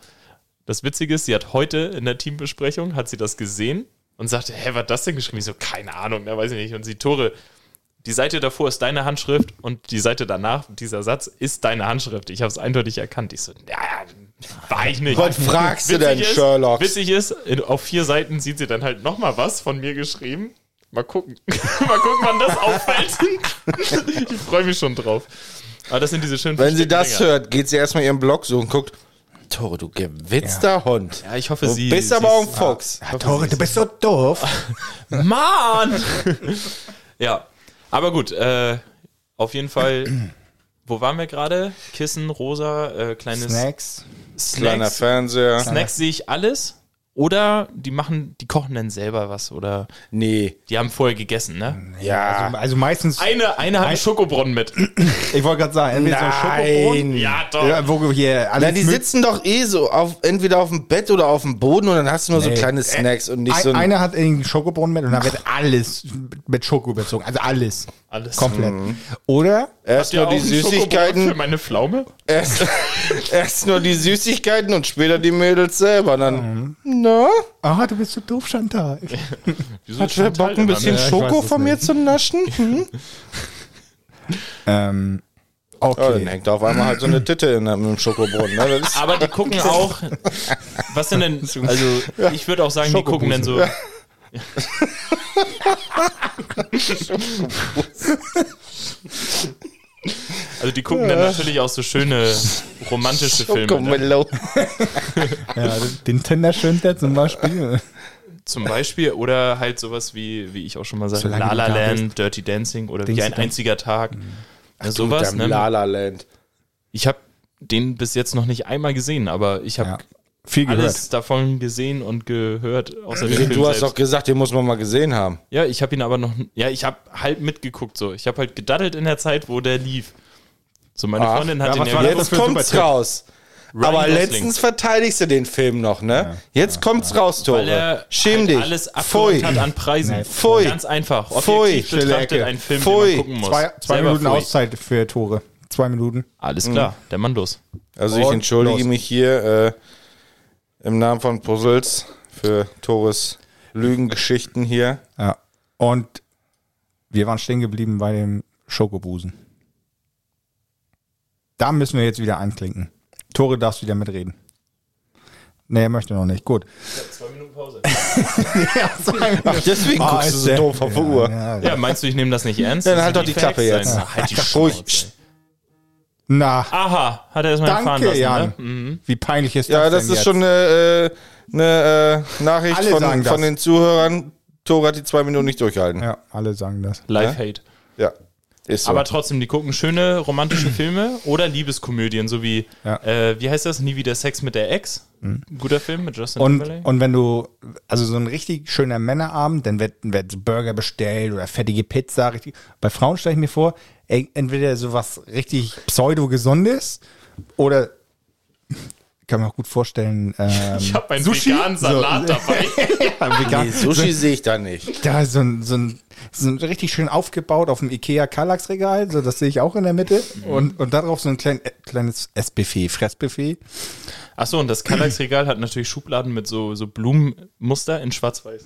Speaker 1: Das Witzige ist, sie hat heute in der Teambesprechung, hat sie das gesehen und sagte, hä, was hat das denn geschrieben? Ich so, keine Ahnung, da weiß ich nicht. Und sie, Tore, die Seite davor ist deine Handschrift und die Seite danach, dieser Satz, ist deine Handschrift. Ich habe es eindeutig erkannt. Ich so, naja, war ich nicht.
Speaker 2: Was fragst du
Speaker 1: Witzig
Speaker 2: denn,
Speaker 1: ist-
Speaker 2: Sherlock?
Speaker 1: Witzig ist, in- auf vier Seiten sieht sie dann halt nochmal was von mir geschrieben. Mal gucken. Mal gucken, wann das auffällt. ich freue mich schon drauf. Aber Ah, das sind diese schönen
Speaker 2: Wenn sie
Speaker 1: versteckten
Speaker 2: das
Speaker 1: Dinger.
Speaker 2: hört, geht sie erstmal ihren Blog so und guckt, Tore, du gewitzter Hund.
Speaker 1: Ja, ich hoffe,
Speaker 2: Du
Speaker 1: sie.
Speaker 2: bist
Speaker 1: sie
Speaker 2: aber auch ein Fuchs.
Speaker 3: Ja, Ah, Tore, du bist so doof.
Speaker 1: Mann! ja, aber gut, äh, auf jeden Fall. Wo waren wir gerade? Kissen, rosa, äh, kleines
Speaker 3: Snacks.
Speaker 2: Kleiner
Speaker 1: Snacks.
Speaker 2: Fernseher.
Speaker 1: Snacks sehe ich alles. Oder die machen, die kochen dann selber was oder
Speaker 2: Nee.
Speaker 1: die haben vorher gegessen, ne?
Speaker 2: Ja.
Speaker 3: Also, also meistens,
Speaker 1: Eine, eine hat einen Schokobrunnen mit.
Speaker 3: ich wollte gerade sagen, entweder so Schokobrunnen,
Speaker 2: Nein.
Speaker 1: Ja, doch.
Speaker 3: ja, wo hier alles
Speaker 2: Na, die
Speaker 3: mit-
Speaker 2: sitzen doch eh so auf, entweder auf dem Bett oder auf dem Boden und dann hast du nur so
Speaker 3: Nee. Äh,
Speaker 2: kleine Snacks und nicht
Speaker 3: Ein,
Speaker 2: so ein.
Speaker 3: einer hat irgendwie einen Schokobrunnen mit und dann wird alles mit Schoko überzogen. Also alles.
Speaker 1: Alles.
Speaker 3: Komplett. Oder?
Speaker 2: Erst nur die
Speaker 1: einen Schokobrunnen Für
Speaker 2: Süßigkeiten,
Speaker 1: meine Pflaume?
Speaker 2: erst, erst nur die Süßigkeiten und später die Mädels selber. Dann, na,
Speaker 3: Ah, du bist so doof, Chantal.
Speaker 1: Wieso
Speaker 2: hat wer Bock, ein bisschen
Speaker 3: Ja, ich
Speaker 2: Schoko
Speaker 3: weiß es
Speaker 2: von mir zu naschen? Hm?
Speaker 3: ähm, okay.
Speaker 2: Ja, dann hängt da auf einmal halt so eine Titte in einem Schokobrunnen. Ne? Das ist,
Speaker 1: Aber die gucken auch. Was sind denn. Also, ich würde auch sagen, die gucken dann so. Also, die gucken dann natürlich auch so schöne romantische Filme. Ne?
Speaker 2: Schokomelone.
Speaker 3: ja, den Tinder-Schwindler zum Beispiel.
Speaker 1: Zum Beispiel. Oder halt sowas wie, wie ich auch schon mal sage,
Speaker 3: Solange
Speaker 1: La
Speaker 3: du
Speaker 1: La
Speaker 3: da
Speaker 1: Land, Dirty Dancing oder wie
Speaker 3: Dings
Speaker 1: ein
Speaker 3: Dance.
Speaker 1: einziger Tag.
Speaker 3: Mhm.
Speaker 1: Ja,
Speaker 2: Mit
Speaker 1: sowas,
Speaker 2: deinem
Speaker 1: ne?
Speaker 2: La La Land.
Speaker 1: Ich habe den bis jetzt noch nicht einmal gesehen, aber ich habe
Speaker 3: Ja. Viel gehört. Also
Speaker 1: alles davon gesehen und gehört. Außer dem Film
Speaker 2: Du hast
Speaker 1: selbst.
Speaker 2: doch gesagt, den muss man mal gesehen haben.
Speaker 1: Ja, ich habe ihn aber noch. Ja, ich habe halb mitgeguckt so. Ich habe halt gedaddelt in der Zeit, wo der lief. So, meine
Speaker 2: Ach,
Speaker 1: Freundin hat
Speaker 3: ja,
Speaker 1: den
Speaker 3: was war
Speaker 1: ja.
Speaker 3: das? ist
Speaker 2: Jetzt
Speaker 3: für ein
Speaker 2: kommt's
Speaker 3: super Tipp.
Speaker 2: raus. Aber
Speaker 1: Gosling.
Speaker 2: letztens verteidigst du den Film noch, ne? Jetzt kommt's raus,
Speaker 1: Weil er
Speaker 2: Tore. Schäm
Speaker 1: halt
Speaker 2: dich.
Speaker 1: alles
Speaker 2: Pfui.
Speaker 1: abgeholt hat an Preisen.
Speaker 3: Nee.
Speaker 2: Pfui.
Speaker 1: Ganz einfach.
Speaker 2: Pfui.
Speaker 1: Objektiv betrachtet
Speaker 2: Schlecke.
Speaker 1: ein Film,
Speaker 2: Pfui.
Speaker 1: den man gucken muss.
Speaker 3: Zwei, zwei
Speaker 1: Selber
Speaker 3: Minuten
Speaker 1: pfui.
Speaker 3: Auszeit für Tore. Zwei Minuten.
Speaker 1: Alles klar, der Mann los.
Speaker 2: Also ich
Speaker 3: Und
Speaker 2: entschuldige
Speaker 3: los.
Speaker 2: mich hier äh, im Namen von Puzzles für Tores Lügengeschichten hier.
Speaker 3: Ja. Und wir waren stehen geblieben bei dem Schokobusen. Da müssen wir jetzt wieder einklinken. Tore darfst wieder mitreden. Nee, er möchte noch nicht. Gut.
Speaker 1: Zwei Minuten Pause.
Speaker 3: Ja, zwei Minuten.
Speaker 2: Ach, deswegen
Speaker 3: Ah,
Speaker 2: guckst du
Speaker 3: ist
Speaker 2: so
Speaker 3: der-
Speaker 2: doof auf die
Speaker 3: Ja,
Speaker 2: Uhr.
Speaker 3: ja, ja.
Speaker 1: Ja, meinst du, ich nehme das nicht ernst?
Speaker 2: Ja, dann
Speaker 1: Das
Speaker 2: halt
Speaker 1: sind
Speaker 2: doch die Klappe
Speaker 1: Facts,
Speaker 2: jetzt.
Speaker 1: Alter. Halt die
Speaker 2: Ruhig.
Speaker 1: Schnauze.
Speaker 3: Na,
Speaker 1: Aha, hat er erstmal erfahren
Speaker 3: danke,
Speaker 1: lassen.
Speaker 3: Jan.
Speaker 1: Ne? Mhm.
Speaker 3: Wie peinlich ist das
Speaker 2: Ja, das
Speaker 3: denn
Speaker 2: ist
Speaker 3: jetzt?
Speaker 2: schon eine, äh, eine äh, Nachricht
Speaker 3: Alle
Speaker 2: von,
Speaker 3: sagen das.
Speaker 2: von den Zuhörern. Tore hat die zwei Minuten nicht durchgehalten. Ja.
Speaker 3: Ja, alle sagen das.
Speaker 1: Live-Hate.
Speaker 2: Ist so.
Speaker 1: Aber trotzdem, die gucken schöne romantische Filme oder Liebeskomödien, so wie,
Speaker 3: Ja. Mhm.
Speaker 1: äh, wie heißt das? Nie wieder Sex mit der Ex. Guter Film mit Justin
Speaker 3: Und,
Speaker 1: Timberlake.
Speaker 3: und wenn du, also so ein richtig schöner Männerabend, dann wird, wird so Burger bestellt oder fettige Pizza. Richtig. Bei Frauen stelle ich mir vor, ey, entweder sowas richtig pseudo-gesundes oder kann man auch gut vorstellen, ähm,
Speaker 1: ich habe meinen
Speaker 3: Sushi?
Speaker 1: veganen Salat
Speaker 3: So.
Speaker 1: dabei.
Speaker 3: vegan,
Speaker 2: nee, Sushi sehe ich da nicht.
Speaker 3: da so ein, so ein, so ein richtig schön aufgebaut auf dem Ikea Kallax-Regal, so das sehe ich auch in der Mitte.
Speaker 1: Mhm.
Speaker 3: Und, und darauf so ein klein, äh, kleines Essbuffet, Fressbuffet.
Speaker 1: Achso, und das Kallax-Regal hat natürlich Schubladen mit so, so Blumenmuster in schwarz-weiß.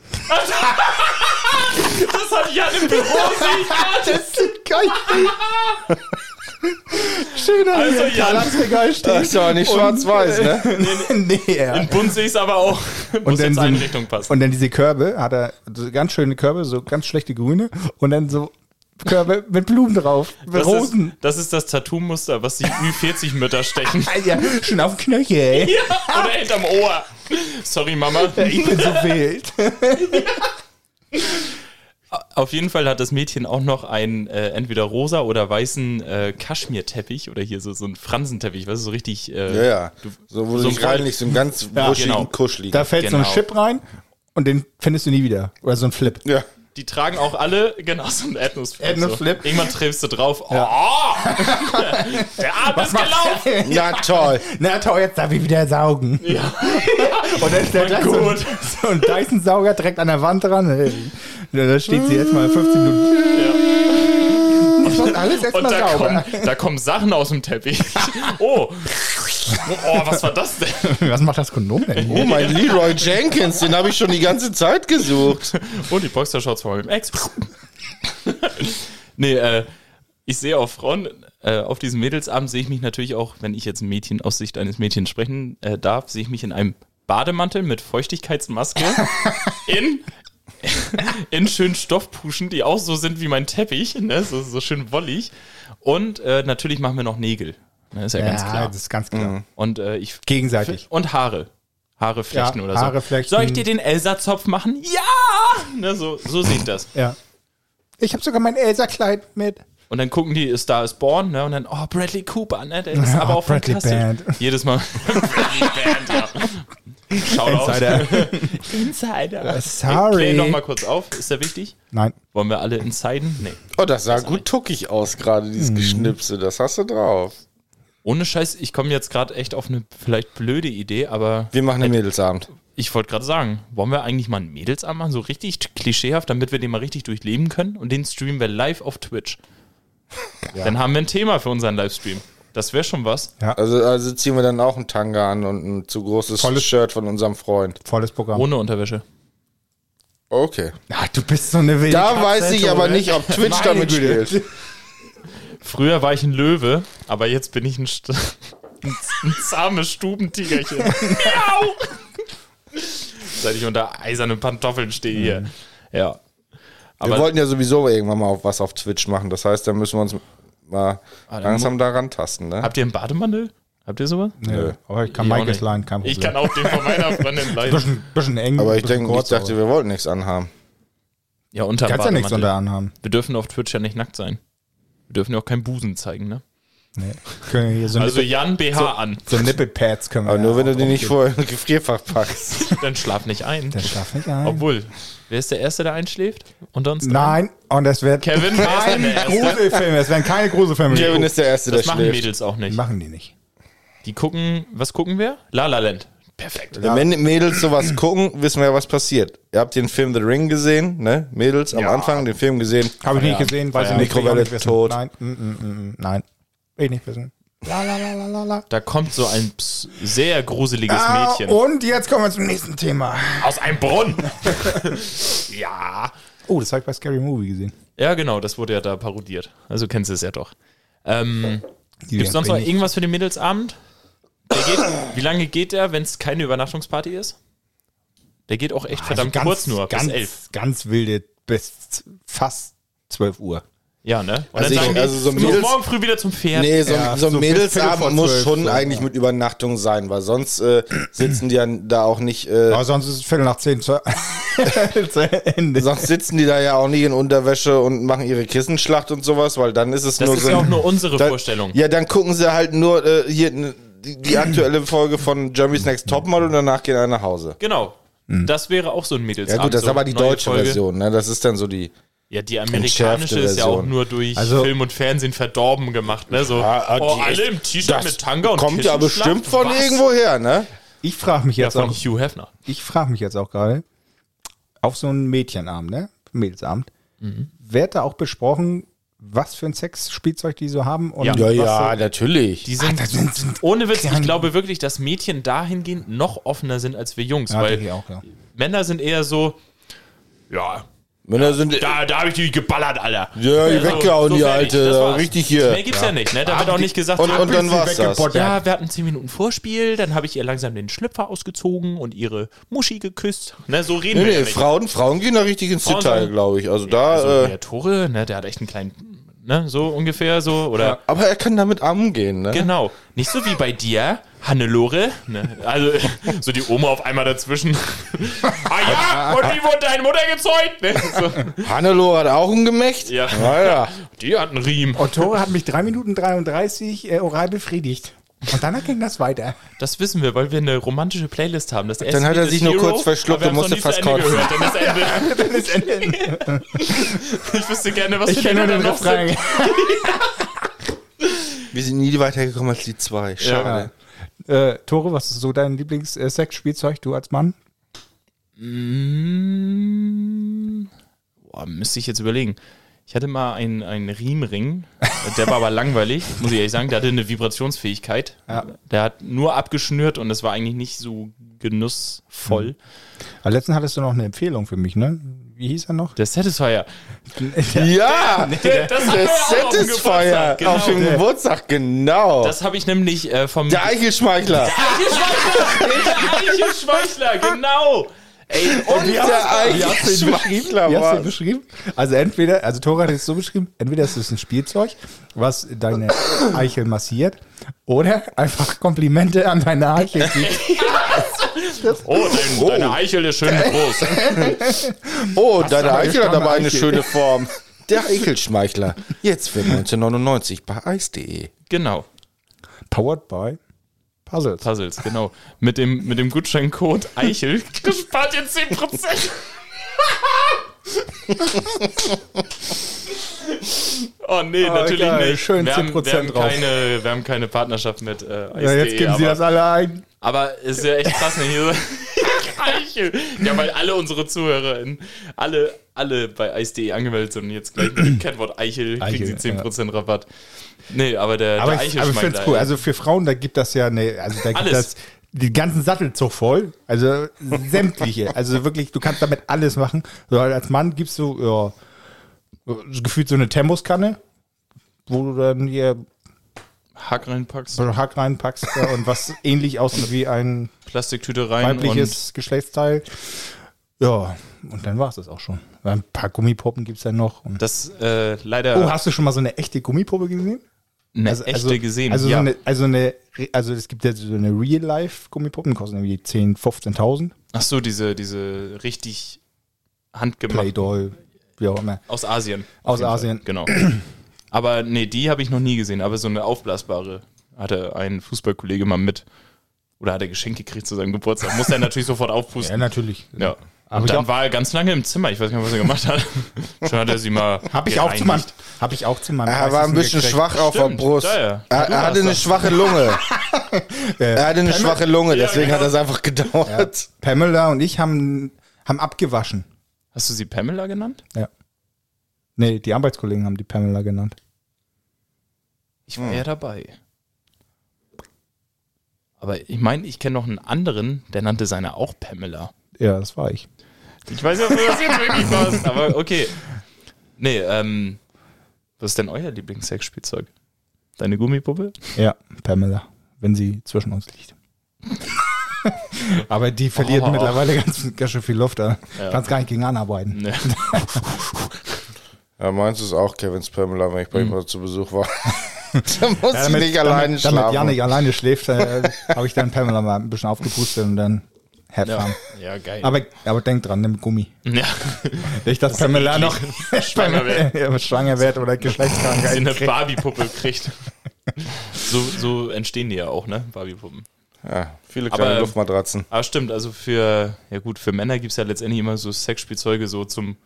Speaker 1: das hat Jan im Büro sich.
Speaker 3: Das ist geil. Schön, dass
Speaker 1: Also,
Speaker 3: also,
Speaker 1: Jan.
Speaker 3: Kallaxregal steht.
Speaker 2: Das ist aber nicht schwarz-weiß, ne?
Speaker 3: nee, ja.
Speaker 1: In Bunt sehe ich es aber auch. Muss jetzt
Speaker 3: so
Speaker 1: zur
Speaker 3: ein-
Speaker 1: Einrichtung passen.
Speaker 3: Und dann diese Körbe, hat er so ganz schöne Körbe, so ganz schlechte grüne und dann so Körbe mit Blumen drauf, mit
Speaker 1: Das ist,
Speaker 3: Rosen.
Speaker 1: das ist das Tattoo-Muster, was die Ü40-Mütter stechen.
Speaker 3: Alter, schon auf den Knöchel, ey.
Speaker 1: Oder hinterm Ohr. Sorry, Mama.
Speaker 3: Ich bin so wild.
Speaker 1: Auf jeden Fall hat das Mädchen auch noch einen äh, entweder rosa oder weißen äh, Kaschmirteppich oder hier so, so einen Fransenteppich, weißt du, so richtig. Äh,
Speaker 2: Ja, ja. So, wo
Speaker 1: so
Speaker 2: du
Speaker 1: ein
Speaker 2: dich
Speaker 1: Ball-
Speaker 2: reinlegst, so einen ganz
Speaker 3: Ja,
Speaker 2: wuschigen
Speaker 1: genau.
Speaker 2: Kuscheligen.
Speaker 3: Da fällt so ein
Speaker 1: Genau.
Speaker 3: Chip rein und den findest du nie wieder. Oder so ein Flip.
Speaker 2: Ja.
Speaker 1: Die tragen auch alle genau so einen Ethnos-Flip.
Speaker 3: Ethnos-Flip.
Speaker 1: So. Irgendwann triffst du drauf. Oh, der Arm ist gelaufen.
Speaker 2: Na toll.
Speaker 3: Na toll, jetzt darf ich wieder saugen.
Speaker 1: Ja.
Speaker 3: Und dann ist der gleich so, ein-
Speaker 1: Gut.
Speaker 3: so ein Dyson-Sauger direkt an der Wand dran. Ja, Da steht sie erstmal 15 Minuten. Muss man alles
Speaker 1: Und
Speaker 3: erstmal
Speaker 1: da
Speaker 3: sauber.
Speaker 1: kommen, da kommen Sachen aus dem Teppich. Oh. oh, was war das denn?
Speaker 3: Was macht das Kondom denn? hier?
Speaker 2: Oh, mein Leroy Jenkins, den habe ich schon die ganze Zeit gesucht.
Speaker 1: Und die Boxershorts von meinem Ex. nee, äh, ich sehe auf Frauen, äh, auf diesem Mädelsabend sehe ich mich natürlich auch, wenn ich jetzt ein Mädchen aus Sicht eines Mädchens sprechen äh, darf, sehe ich mich in einem Bademantel mit Feuchtigkeitsmaske in, in schönen Stoffpuschen, die auch so sind wie mein Teppich, ne? so, so schön wollig. Und äh, natürlich machen wir noch Nägel. Ne, ist ja, ganz
Speaker 3: Ja,
Speaker 1: klar.
Speaker 3: das ist ganz klar.
Speaker 1: Und äh, ich
Speaker 3: Gegenseitig.
Speaker 1: und Haare. Haare flechten
Speaker 3: Ja,
Speaker 1: oder so.
Speaker 3: Haare flechten.
Speaker 1: Soll ich dir den Elsa-Zopf machen? Ja! Ne, so, so sieht das.
Speaker 3: Ja. Ich habe sogar mein Elsa-Kleid mit.
Speaker 1: Und dann gucken die Star is Born, ne? Und dann, oh, Bradley Cooper, ne? Der ist
Speaker 3: Ja,
Speaker 1: aber auch
Speaker 3: Bradley
Speaker 1: fantastisch.
Speaker 3: Band.
Speaker 1: Jedes Mal. Bradley Band, ja. Schaut aus. Insider.
Speaker 3: Sorry.
Speaker 1: Ich nochmal kurz auf. Ist der wichtig?
Speaker 3: Nein.
Speaker 1: Wollen wir alle insiden? Nee.
Speaker 2: Oh, das sah gut tuckig aus, gerade dieses Geschnipse. Das hast du drauf.
Speaker 1: Ohne Scheiß, ich komme jetzt gerade echt auf eine vielleicht blöde Idee, aber
Speaker 2: Wir machen einen Mädelsabend.
Speaker 1: ich wollte gerade sagen, wollen wir eigentlich mal einen Mädelsabend machen? So richtig klischeehaft, damit wir den mal richtig durchleben können? Und den streamen wir live auf Twitch. Dann haben wir ein Thema für unseren Livestream. Das wäre schon was.
Speaker 2: Also, also ziehen wir dann auch einen Tanga an und ein zu großes
Speaker 3: Tolles-
Speaker 2: Shirt von unserem Freund.
Speaker 3: Volles Programm.
Speaker 1: Ohne Unterwäsche.
Speaker 2: Okay.
Speaker 3: Ach, du bist so eine wilde
Speaker 2: Da
Speaker 3: Katze,
Speaker 2: weiß ich
Speaker 3: Tore.
Speaker 2: aber nicht, ob Twitch
Speaker 3: Meine
Speaker 2: damit
Speaker 3: Güte.
Speaker 2: spielt.
Speaker 1: Früher war ich ein Löwe, aber jetzt bin ich ein, St ein, ein zahmes Stubentigerchen. Miau! Seit ich unter eisernen Pantoffeln stehe hier. Ja.
Speaker 2: Wir
Speaker 1: Aber
Speaker 2: wollten ja sowieso irgendwann mal auf was auf Twitch machen. Das heißt, da müssen wir uns mal
Speaker 1: Ah, dann
Speaker 2: langsam daran tasten. Ne?
Speaker 1: habt ihr einen Bademantel? Habt ihr sowas?
Speaker 3: Nö. Aber ich kann
Speaker 1: Ich auch
Speaker 3: Michaels
Speaker 1: nicht.
Speaker 3: leihen, kein Problem.
Speaker 1: Ich kann auch den von meiner Freundin leihen.
Speaker 3: bisschen, bisschen eng.
Speaker 2: Aber ich,
Speaker 3: bisschen
Speaker 2: denke, ich
Speaker 3: kurz,
Speaker 2: dachte,
Speaker 3: aber
Speaker 2: wir wollten nichts anhaben.
Speaker 1: Ja, unter
Speaker 3: kannst ja nichts unter anhaben.
Speaker 1: Wir dürfen auf Twitch ja nicht nackt sein. Wir dürfen ja auch keinen Busen zeigen, ne?
Speaker 3: Nee. Können wir hier so,
Speaker 1: Also
Speaker 3: Nippel,
Speaker 1: Jan BH an.
Speaker 3: so Nippelpads können wir.
Speaker 2: Aber nur,
Speaker 3: ja
Speaker 2: wenn du
Speaker 3: auch
Speaker 2: die nicht
Speaker 3: aufgeben.
Speaker 2: vorher in ein Gefrierfach packst.
Speaker 1: Dann schlaf nicht ein.
Speaker 3: Der schlaf nicht ein.
Speaker 1: Obwohl, wer ist der Erste, der einschläft? Unter uns? dreien?
Speaker 3: Nein, und es wird
Speaker 1: Kevin, wer ist denn
Speaker 3: kein
Speaker 1: der Erste?
Speaker 3: Gruselfilm. Es werden keine Gruselfilme.
Speaker 2: Kevin ist der Erste,
Speaker 1: Das
Speaker 2: der
Speaker 1: machen
Speaker 2: schläft.
Speaker 1: Mädels auch nicht.
Speaker 3: Machen die nicht.
Speaker 1: Die gucken, was gucken wir? La La Land. Perfekt.
Speaker 2: Also Wenn Mädels sowas gucken, wissen wir ja, was passiert. Ihr habt den Film The Ring gesehen, ne? Mädels am Anfang den Film gesehen.
Speaker 3: Habe ich nicht gesehen, weiß ich
Speaker 2: Feierabend.
Speaker 3: nicht. will
Speaker 2: Mikrowelle
Speaker 3: ich auch nicht wissen.
Speaker 2: tot.
Speaker 3: Nein, mm, mm, mm, nein. Will ich nicht wissen. La, la, la, la, la, la.
Speaker 1: Da kommt so ein ps- sehr gruseliges
Speaker 3: Ah,
Speaker 1: Mädchen
Speaker 3: und jetzt kommen wir zum nächsten Thema.
Speaker 1: aus einem Brunnen. ja.
Speaker 3: Oh, das habe ich bei Scary Movie gesehen.
Speaker 1: Ja, genau, das wurde ja da parodiert. Also kennst du es ja doch. Ähm, Gibt
Speaker 3: Julian
Speaker 1: es sonst noch
Speaker 3: Bing.
Speaker 1: irgendwas für den Mädelsabend? Der geht, wie lange geht der, wenn es keine Übernachtungsparty ist? Der geht auch echt
Speaker 2: Ah,
Speaker 1: verdammt
Speaker 3: Also ganz,
Speaker 1: kurz nur,
Speaker 3: ganz,
Speaker 1: bis elf.
Speaker 3: Ganz wilde bis z- fast 12 Uhr.
Speaker 1: Ja, ne? Und
Speaker 2: Also ich- also so
Speaker 1: du musst
Speaker 2: Mädels-
Speaker 1: morgen früh wieder zum Pferd.
Speaker 2: Nee, so,
Speaker 3: Ja,
Speaker 2: so ein
Speaker 3: so bis Viertel vor
Speaker 2: Mädelsabend muss
Speaker 3: zwölf,
Speaker 2: schon
Speaker 3: so,
Speaker 2: eigentlich
Speaker 3: ja.
Speaker 2: mit Übernachtung sein, weil sonst äh, sitzen die ja da auch nicht, äh,
Speaker 3: Aber sonst ist es Viertel nach 10 zu, zu Ende.
Speaker 2: sonst sitzen die da ja auch nicht in Unterwäsche und machen ihre Kissenschlacht und sowas, weil dann ist es
Speaker 1: das
Speaker 2: nur
Speaker 1: ist
Speaker 2: so.
Speaker 1: ja auch
Speaker 2: ein-
Speaker 1: nur unsere
Speaker 2: dann,
Speaker 1: Vorstellung.
Speaker 2: Ja, dann gucken sie halt nur äh, hier ne, die, die aktuelle Folge von Jeremy's Next Topmodel und danach gehen alle nach Hause.
Speaker 1: Genau. Das wäre auch so ein Mädelsabend.
Speaker 2: Hm. Ja gut, das ist
Speaker 1: so
Speaker 2: aber die
Speaker 1: neue
Speaker 2: deutsche
Speaker 1: Folge.
Speaker 2: Version, ne? Das ist dann so die.
Speaker 1: Ja, die
Speaker 2: Entschärfte
Speaker 1: amerikanische ist ja auch
Speaker 2: Version.
Speaker 1: nur durch
Speaker 3: Also-
Speaker 1: Film und Fernsehen verdorben gemacht, ne? So,
Speaker 2: Ah, ah,
Speaker 1: oh,
Speaker 2: die
Speaker 1: alle
Speaker 2: echt-
Speaker 1: im T-Shirt mit Tanga und
Speaker 2: kommt ja
Speaker 1: Kissenschlacht?
Speaker 2: bestimmt von
Speaker 1: Was?
Speaker 2: irgendwoher, ne?
Speaker 3: Ich frage mich
Speaker 1: Ja,
Speaker 3: jetzt
Speaker 1: von
Speaker 3: auch,
Speaker 1: Hugh Hefner.
Speaker 3: ich frage mich jetzt auch gerade, auf so einen Mädchenabend, ne? Mädelsabend, Mhm. wird da auch besprochen, was für ein Sexspielzeug die so haben? Und
Speaker 1: Ja.
Speaker 3: was so,
Speaker 2: natürlich.
Speaker 1: Die sind,
Speaker 3: das sind, sind
Speaker 1: ohne Witz, ich
Speaker 3: Kleine-
Speaker 1: glaube wirklich, dass Mädchen dahingehend noch offener sind als wir Jungs,
Speaker 3: ja,
Speaker 1: weil
Speaker 3: die auch, ja.
Speaker 1: Männer sind eher so, ja,
Speaker 2: Männer sind
Speaker 1: da, da habe ich die geballert, Alter. Also,
Speaker 2: Ja, die weggehauen, die
Speaker 1: fertig,
Speaker 2: Alte,
Speaker 1: das
Speaker 2: da,
Speaker 1: war's.
Speaker 2: richtig hier.
Speaker 1: Mehr gibt's ja, nicht, ne? Da wird auch nicht gesagt,
Speaker 2: Und,
Speaker 1: ah,
Speaker 2: und dann war's das.
Speaker 3: weggebottet.
Speaker 1: ja, wir hatten 10 Minuten Vorspiel, dann habe ich ihr langsam den Schlüpfer ausgezogen und ihre Muschi geküsst. Ne, so reden
Speaker 2: Nee,
Speaker 1: wir ja
Speaker 2: nee,
Speaker 1: nicht.
Speaker 2: Frauen, Frauen gehen da richtig ins
Speaker 1: Frauen
Speaker 2: Detail,
Speaker 1: sagen-
Speaker 2: glaube ich. Also
Speaker 1: also
Speaker 2: da. äh,
Speaker 1: der Tore, ne, der hat echt einen kleinen, ne, so ungefähr so oder
Speaker 2: aber er kann damit umgehen, ne?
Speaker 1: genau, nicht so wie bei dir, Hannelore, ne, also so die Oma auf einmal dazwischen. ah ja, und wie wurde deine Mutter gezeugt? Ne, so.
Speaker 2: Hannelore hat auch ein Gemächt.
Speaker 1: Ja.
Speaker 2: Naja.
Speaker 1: Die hat einen Riemen.
Speaker 3: Ottore hat mich 3 Minuten 33 äh, oral befriedigt. Und dann ging das weiter.
Speaker 1: Das wissen wir, weil wir eine romantische Playlist haben. Das
Speaker 2: Dann hat er sich nur kurz verschluckt und musste fast kotzen.
Speaker 1: kotzen. Dann ist Ende. ich wüsste gerne, was für Lieder da noch sind.
Speaker 2: Wir sind nie weitergekommen als die zwei. Schade.
Speaker 3: Äh, Tore, was ist so dein Lieblings-Sex-Spielzeug, du als Mann?
Speaker 1: Mm. Boah, müsste ich jetzt überlegen. Ich hatte mal einen, einen Riemring, der war aber langweilig, muss ich ehrlich sagen. Der hatte eine Vibrationsfähigkeit. Der hat nur abgeschnürt und es war eigentlich nicht so genussvoll.
Speaker 2: Mhm.
Speaker 3: Aber letztens hattest du noch eine Empfehlung für mich, ne? Wie hieß er noch?
Speaker 1: Der Satisfier.
Speaker 2: Ja,
Speaker 1: Der, das
Speaker 2: der Satisfier
Speaker 1: Genau.
Speaker 2: auf dem Geburtstag, genau.
Speaker 1: das habe ich nämlich äh, vom
Speaker 2: der Eichelschmeichler.
Speaker 1: Eichelschweichler. Der Eichelschweichler, genau. Ey, und
Speaker 2: Der, Eichelschmeichler,
Speaker 3: Wie hast du ihn
Speaker 2: Mann.
Speaker 3: beschrieben? Also entweder, also Tore hat es so beschrieben, entweder ist es ein Spielzeug, was deine Eichel massiert, oder einfach Komplimente an deine Eichel gibt.
Speaker 1: Oh, dein,
Speaker 2: Oh.
Speaker 1: deine Eichel ist schön groß.
Speaker 2: Oh, deine Eichel hat
Speaker 3: gestochen,
Speaker 2: aber eine
Speaker 3: Eichel.
Speaker 2: schöne Form. Der Eichelschmeichler. Jetzt für 1999 bei eis.de.
Speaker 1: Genau.
Speaker 3: Powered by Puzzles.
Speaker 1: Puzzles, genau. Mit dem, mit dem Gutscheincode Eichel gespart ihr 10%. oh nee, natürlich
Speaker 3: geil.
Speaker 1: nicht.
Speaker 3: Schön
Speaker 1: wir, haben,
Speaker 3: 10%
Speaker 1: wir, haben
Speaker 3: drauf.
Speaker 1: keine, wir haben keine Partnerschaft mit äh,
Speaker 3: Ja, jetzt geben
Speaker 1: aber,
Speaker 3: sie das alle ein.
Speaker 1: aber ist ja echt krass, ne? Hier so Eichel. Ja, weil alle unsere ZuhörerInnen, alle, alle bei Eis.de angemeldet sind und jetzt gleich mit dem Kennwort Eichel,
Speaker 3: Eichel,
Speaker 1: kriegen sie 10% Rabatt. Nee, aber der,
Speaker 3: Aber
Speaker 1: der
Speaker 3: ich, aber ich finde es
Speaker 1: Eichelschmeichler,
Speaker 3: cool.
Speaker 1: ey.
Speaker 3: Also für Frauen, da gibt das ja eine, also da gibt
Speaker 1: Alles.
Speaker 3: das den ganzen Sattelzug voll. Also sämtliche. also wirklich, du kannst damit alles machen. So, als Mann gibst du ja, gefühlt so eine Thermoskanne, wo du dann hier Also-
Speaker 1: Hack reinpackst,
Speaker 3: so einen Hack reinpackst ja, und was ähnlich aussieht wie ein
Speaker 1: Plastiktüte rein und
Speaker 3: weibliches Geschlechtsteil. Ja, und dann war es das auch schon. Ein paar Gummipuppen gibt es dann noch. Und
Speaker 1: Das äh, leider
Speaker 3: oh, hast du schon mal so eine echte Gummipuppe gesehen?
Speaker 1: eine
Speaker 3: Also-
Speaker 1: echte
Speaker 3: also,
Speaker 1: gesehen.
Speaker 3: Also,
Speaker 1: ja.
Speaker 3: so eine, also, eine, also es gibt ja so eine Real-Life-Gummipuppen, die kosten irgendwie 10.000, 15.000.
Speaker 1: Ach so, diese, diese richtig handgemacht
Speaker 3: Playdoll, wie auch immer.
Speaker 1: aus Asien.
Speaker 3: Aus
Speaker 1: jeden Fall.
Speaker 3: Asien.
Speaker 1: Genau. Aber nee, die habe ich noch nie gesehen. Aber so eine aufblasbare hatte ein Fußballkollege mal mit. Oder hat er Geschenk gekriegt zu seinem Geburtstag. Muss er natürlich sofort
Speaker 3: Ja,
Speaker 1: aufpusten.
Speaker 3: natürlich.
Speaker 1: Ja. Und
Speaker 3: Aber ich
Speaker 1: dann
Speaker 3: auch-
Speaker 1: war er ganz lange im Zimmer. Ich weiß gar nicht, was er gemacht hat. Schon hat er sie mal.
Speaker 3: Habe ich, auch zu meinem-
Speaker 1: gereinigt.
Speaker 3: hab ich auch zu meinem.
Speaker 2: Er war ein
Speaker 3: 30.
Speaker 2: bisschen
Speaker 3: gekriegt.
Speaker 2: schwach auf der
Speaker 1: Stimmt,
Speaker 2: Brust.
Speaker 1: ja, ja.
Speaker 2: Er, er hatte eine schwache Lunge. er hatte eine schwache Lunge, deswegen
Speaker 1: genau.
Speaker 2: hat das einfach gedauert.
Speaker 3: Pamela und ich haben, haben abgewaschen.
Speaker 1: Hast du sie Pamela genannt?
Speaker 3: Ja. Nee, die Arbeitskollegen haben die Pamela genannt.
Speaker 1: Ich war ja dabei. Aber ich meine, ich kenne noch einen anderen, der nannte seine auch Pamela.
Speaker 3: Ja, das war ich.
Speaker 1: Ich weiß nicht, ob du das jetzt wirklich warst, aber okay. Nee, ähm, was ist denn euer Lieblingssexspielzeug? Deine Gummipuppe?
Speaker 3: Ja, Pamela, wenn sie zwischen uns liegt. Aber die verliert
Speaker 1: Oh.
Speaker 3: mittlerweile ganz, ganz schön viel Luft. Ja. Kannst gar nicht gegen anarbeiten.
Speaker 1: Nee.
Speaker 2: Ja, meinst du es auch, Kevins Pamela, wenn ich bei
Speaker 1: Hm.
Speaker 2: ihm zu Besuch war? Dann muss
Speaker 3: Ja,
Speaker 2: ich nicht alleine
Speaker 3: damit, damit
Speaker 2: schlafen.
Speaker 3: Janik alleine schläft, äh, habe ich dann Pamela mal ein bisschen aufgepustet und dann Headfarm.
Speaker 1: Ja, ja geil.
Speaker 3: Aber, aber denk dran, nimm Gummi.
Speaker 1: ja,
Speaker 3: Nicht, dass Pamela noch
Speaker 1: schwanger werden.
Speaker 3: Ja, schwanger wird oder
Speaker 1: Sie
Speaker 3: Geschlechtskrankheit
Speaker 1: eine
Speaker 3: kriegt.
Speaker 1: Barbie-Puppe kriegt. So, so entstehen die ja auch, ne? Barbie-Puppen.
Speaker 2: Ja, viele
Speaker 1: Aber,
Speaker 2: kleine
Speaker 1: ähm,
Speaker 2: Luftmatratzen.
Speaker 1: Aber stimmt, also für, ja gut, für Männer gibt es ja letztendlich immer so Sexspielzeuge so zum,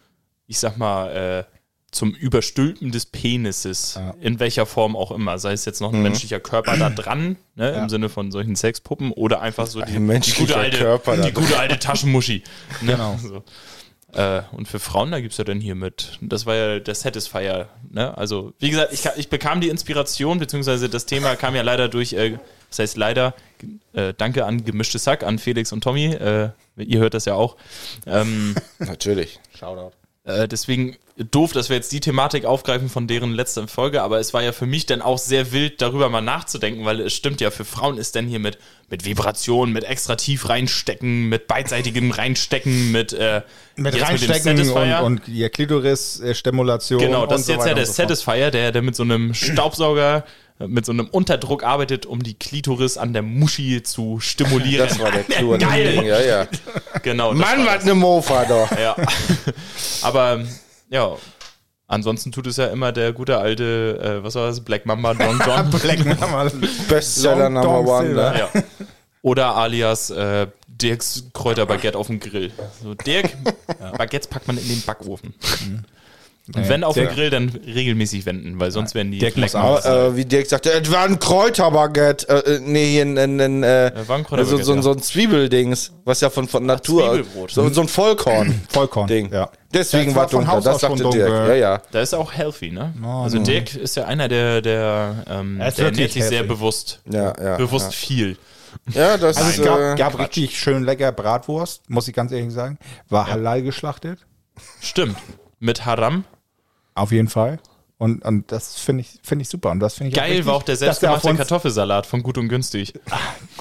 Speaker 1: ich sag mal, äh, zum Überstülpen des Penises, in welcher Form auch immer. Sei es jetzt
Speaker 2: Mhm.
Speaker 1: noch ein menschlicher Körper da dran, ne, im Sinne von solchen Sexpuppen, oder einfach so die,
Speaker 2: Ein
Speaker 1: die,
Speaker 2: menschlicher
Speaker 1: gute, alte,
Speaker 2: Körper da
Speaker 1: die gute alte Taschenmuschi. Ne?
Speaker 3: Genau.
Speaker 1: So. Äh, und für Frauen, da gibt es ja dann hier mit. Das war ja der Satisfier. Ne? Also, wie gesagt, ich, ka- ich bekam die Inspiration, beziehungsweise das Thema kam ja leider durch, äh, das heißt leider, äh, danke an Gemischtes Hack, an Felix und Tommy. Äh, ihr hört das ja auch. Ähm,
Speaker 2: Natürlich.
Speaker 1: äh, deswegen doof, dass wir jetzt die Thematik aufgreifen von deren letzter Folge, aber es war ja für mich dann auch sehr wild, darüber mal nachzudenken, weil es stimmt ja, für Frauen ist dann hier mit, mit Vibrationen, mit extra tief reinstecken, mit beidseitigem reinstecken, mit, äh,
Speaker 3: Mit
Speaker 1: jetzt dem
Speaker 3: reinstecken
Speaker 1: Satisfier.
Speaker 3: und, und ihr Klitoris-Stimulation.
Speaker 1: Genau, das
Speaker 3: und
Speaker 1: ist
Speaker 3: so
Speaker 1: jetzt
Speaker 3: weiter
Speaker 1: ja der
Speaker 3: und so fort.
Speaker 1: Satisfier, der, der mit so einem Staubsauger, äh, mit so einem Unterdruck arbeitet, um die Klitoris an der Muschi zu stimulieren.
Speaker 2: Das war der Clou an dem
Speaker 1: Geil.
Speaker 2: Ding. Ja, ja.
Speaker 1: genau. das
Speaker 2: Mann,
Speaker 1: war
Speaker 2: was eine Mofa doch.
Speaker 1: das. Ja. Aber, ähm, ja, Ansonsten tut es ja immer der gute alte, äh, was war das, Black Mamba Don John.
Speaker 3: Black
Speaker 1: ne?
Speaker 3: Mama.
Speaker 2: Bestseller
Speaker 3: Long
Speaker 2: Number
Speaker 3: Dong
Speaker 2: One.
Speaker 3: Silver.
Speaker 2: Ne?
Speaker 1: ja. Oder alias äh, Dirks Kräuterbaguette auf dem Grill. So, Dirk, Baguettes packt man in den Backofen. Und wenn auf dem
Speaker 3: Dirk-
Speaker 1: Grill, dann regelmäßig wenden, weil sonst werden die
Speaker 3: Dirk muss
Speaker 1: Mamas-
Speaker 2: Aber, äh, wie Dirk sagte, es war ein Kräuterbaguette. Äh, äh, nee, hier ein, ein, ein, äh,
Speaker 1: war ein Kräuterbaguette,
Speaker 2: so, so, so ein Zwiebeldings, was ja von, von Natur.
Speaker 1: Zwiebelbrot.
Speaker 2: So, so ein Vollkorn.
Speaker 3: Vollkorn.
Speaker 2: Ding.
Speaker 3: Ja.
Speaker 2: Deswegen
Speaker 3: Das
Speaker 2: war
Speaker 3: war von äh,
Speaker 2: dunkel.
Speaker 3: Haus
Speaker 2: Das
Speaker 3: aus schon
Speaker 2: sagte
Speaker 3: dunkel.
Speaker 2: Dirk. Ja, ja.
Speaker 1: Da ist er auch healthy, ne?
Speaker 3: Oh,
Speaker 1: also
Speaker 3: ja.
Speaker 1: Dirk ist ja einer, der, der, ähm,
Speaker 3: Er ist
Speaker 1: der ernährt
Speaker 3: wirklich
Speaker 1: sich sehr
Speaker 3: healthy.
Speaker 1: bewusst.
Speaker 2: Ja, ja,
Speaker 1: bewusst viel.
Speaker 2: Ja, das
Speaker 3: Also
Speaker 2: äh,
Speaker 3: es gab, gab richtig schön lecker Bratwurst, muss ich ganz ehrlich sagen. War halal geschlachtet,
Speaker 1: Stimmt. Mit Haram.
Speaker 3: auf jeden Fall. Und, und das finde ich, finde ich super. Und das finde ich auch
Speaker 1: Geil
Speaker 3: richtig,
Speaker 1: war auch der
Speaker 3: dass er auf
Speaker 1: selbstgemachte
Speaker 3: uns-
Speaker 1: Kartoffelsalat von Gut und Günstig.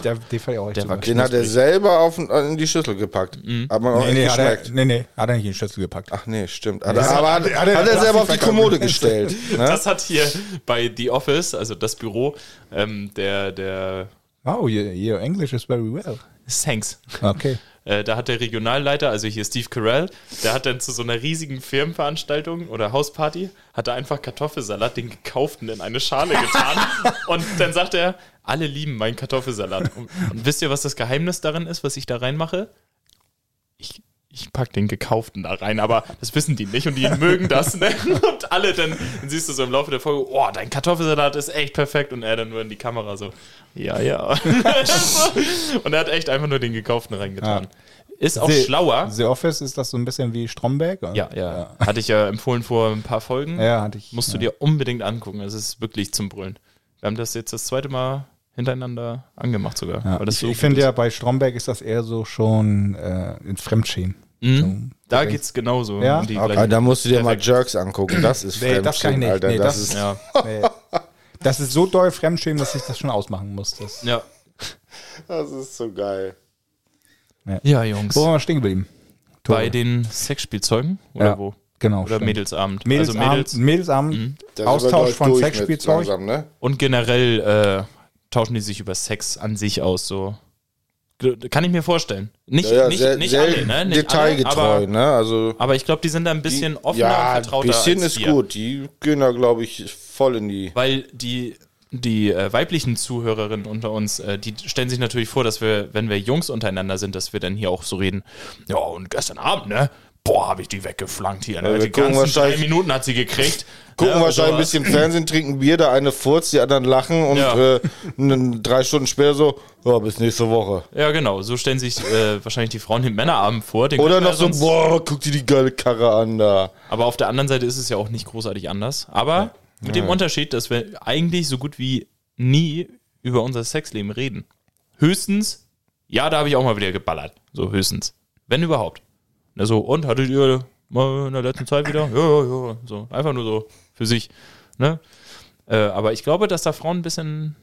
Speaker 3: Der, den fand ich auch echt
Speaker 1: Der war
Speaker 3: super.
Speaker 2: Den hat er
Speaker 1: knusprig.
Speaker 2: selber auf, in die Schüssel gepackt.
Speaker 1: Mhm.
Speaker 2: Hat man auch
Speaker 3: Nee,
Speaker 2: nicht
Speaker 3: nee, hat
Speaker 2: geschmeckt.
Speaker 3: er, nee, nee, hat er nicht in den Schlüssel gepackt.
Speaker 2: Ach nee, stimmt. Hat, er- aber hat, hat,
Speaker 3: er-
Speaker 2: er
Speaker 3: das
Speaker 2: selber auf
Speaker 3: ist
Speaker 2: die Kommode
Speaker 3: verkauft.
Speaker 2: gestellt. Ne?
Speaker 1: Das hat hier bei The Office, also das Büro, ähm, der, der
Speaker 3: Wow, your, your English is very well.
Speaker 1: Sanks.
Speaker 3: Okay.
Speaker 1: Äh, da hat der Regionalleiter, also hier Steve Carell, der hat dann zu so einer riesigen Firmenveranstaltung oder Hausparty, hat er einfach Kartoffelsalat, den gekauften, in eine Schale getan. und dann sagt er, alle lieben meinen Kartoffelsalat. Und, und wisst ihr, was das Geheimnis darin ist, was ich da reinmache? Ich, ich pack den gekauften da rein, aber das wissen die nicht und die mögen das. Ne? Und alle dann, dann siehst du so im Laufe der Folge, oh, dein Kartoffelsalat ist echt perfekt. Und er dann nur in die Kamera so, ja, ja. und er hat echt einfach nur den gekauften reingetan. Ist auch
Speaker 3: The-
Speaker 1: schlauer.
Speaker 3: The Office ist das so ein bisschen wie Stromberg? oder?
Speaker 1: Ja, ja, Hatte ich ja empfohlen vor ein paar Folgen.
Speaker 3: Ja, hatte ich.
Speaker 1: Musst du dir unbedingt angucken. Es ist wirklich zum Brüllen. Wir haben das jetzt das zweite Mal hintereinander angemacht sogar.
Speaker 3: ja.
Speaker 1: weil das
Speaker 3: ich
Speaker 1: so
Speaker 3: ich
Speaker 1: gut
Speaker 3: finde
Speaker 1: ist.
Speaker 3: ja, bei Stromberg ist das eher so schon äh, ins Fremdschämen.
Speaker 1: Mhm. Da geht es genauso.
Speaker 3: Hm? Ja?
Speaker 1: die
Speaker 3: Okay.
Speaker 1: gleichen-
Speaker 2: Ah, da musst du dir mal
Speaker 1: Perfekt.
Speaker 2: Jerks angucken. Das ist
Speaker 3: Nee,
Speaker 2: nee,
Speaker 3: das kann ich nicht.
Speaker 2: Alter.
Speaker 3: Nee,
Speaker 2: das,
Speaker 3: das-
Speaker 2: ist,
Speaker 1: ja.
Speaker 3: Nee. Äh, Das ist so doll Fremdschämen, dass ich das schon ausmachen musste. Das-
Speaker 1: ja.
Speaker 2: das ist so geil.
Speaker 1: Ja, Jungs.
Speaker 3: Wo waren wir stehen geblieben?
Speaker 1: Bei den Sexspielzeugen? Oder
Speaker 3: Ja.
Speaker 1: wo?
Speaker 3: Genau.
Speaker 1: Oder
Speaker 3: stimmt.
Speaker 1: Mädelsabend.
Speaker 3: Mädelsabend,
Speaker 1: Also Mädels
Speaker 3: Mädelsabend
Speaker 2: Da sind wir, glaub
Speaker 3: Austausch
Speaker 2: ich,
Speaker 3: von
Speaker 2: durch mit
Speaker 3: Sexspielzeug.
Speaker 2: langsam, Ne?
Speaker 1: und generell äh, tauschen die sich über Sex an sich aus. So. G- Kann ich mir vorstellen. Nicht,
Speaker 2: Ja, ja,
Speaker 1: nicht,
Speaker 2: sehr,
Speaker 1: nicht
Speaker 2: sehr
Speaker 1: alle, ne? Nicht alle,
Speaker 2: detailgetreu.
Speaker 1: aber,
Speaker 2: ne? also,
Speaker 1: aber ich glaube, die sind da ein bisschen offener
Speaker 2: ja,
Speaker 1: und vertrauter.
Speaker 2: ein bisschen
Speaker 1: als
Speaker 2: ist
Speaker 1: wir.
Speaker 2: gut. Die gehen da, glaube ich, voll in die.
Speaker 1: Weil die, die äh, weiblichen Zuhörerinnen unter uns, äh, die stellen sich natürlich vor, dass wir, wenn wir Jungs untereinander sind, dass wir dann hier auch so reden, ja, und gestern Abend, ne? Boah, habe ich die weggeflankt hier. Ne?
Speaker 2: wir
Speaker 1: Die
Speaker 2: gucken
Speaker 1: ganzen drei
Speaker 2: wahrscheinlich-
Speaker 1: Minuten hat sie gekriegt.
Speaker 2: Gucken
Speaker 1: Ne?
Speaker 2: wahrscheinlich ein
Speaker 1: Oder-
Speaker 2: bisschen Fernsehen, trinken Bier, der eine furzt, die anderen lachen und
Speaker 1: Ja.
Speaker 2: äh, n- drei Stunden später so, ja, bis nächste Woche.
Speaker 1: Ja, genau. So stellen sich äh, wahrscheinlich die Frauen den Männerabend vor. Den
Speaker 2: Oder
Speaker 1: können wir
Speaker 2: noch so,
Speaker 1: sonst-
Speaker 2: boah, guck dir die geile Karre an da.
Speaker 1: Aber auf der anderen Seite ist es ja auch nicht großartig anders. Aber mit dem Unterschied, dass wir eigentlich so gut wie nie über unser Sexleben reden. Höchstens, ja, da habe ich auch mal wieder geballert. So höchstens. Wenn überhaupt. Na so, und hattet ihr mal in der letzten Zeit wieder? Ja, ja, ja. So, einfach nur so für sich. Ne? Äh, aber ich glaube, dass da Frauen ein bisschen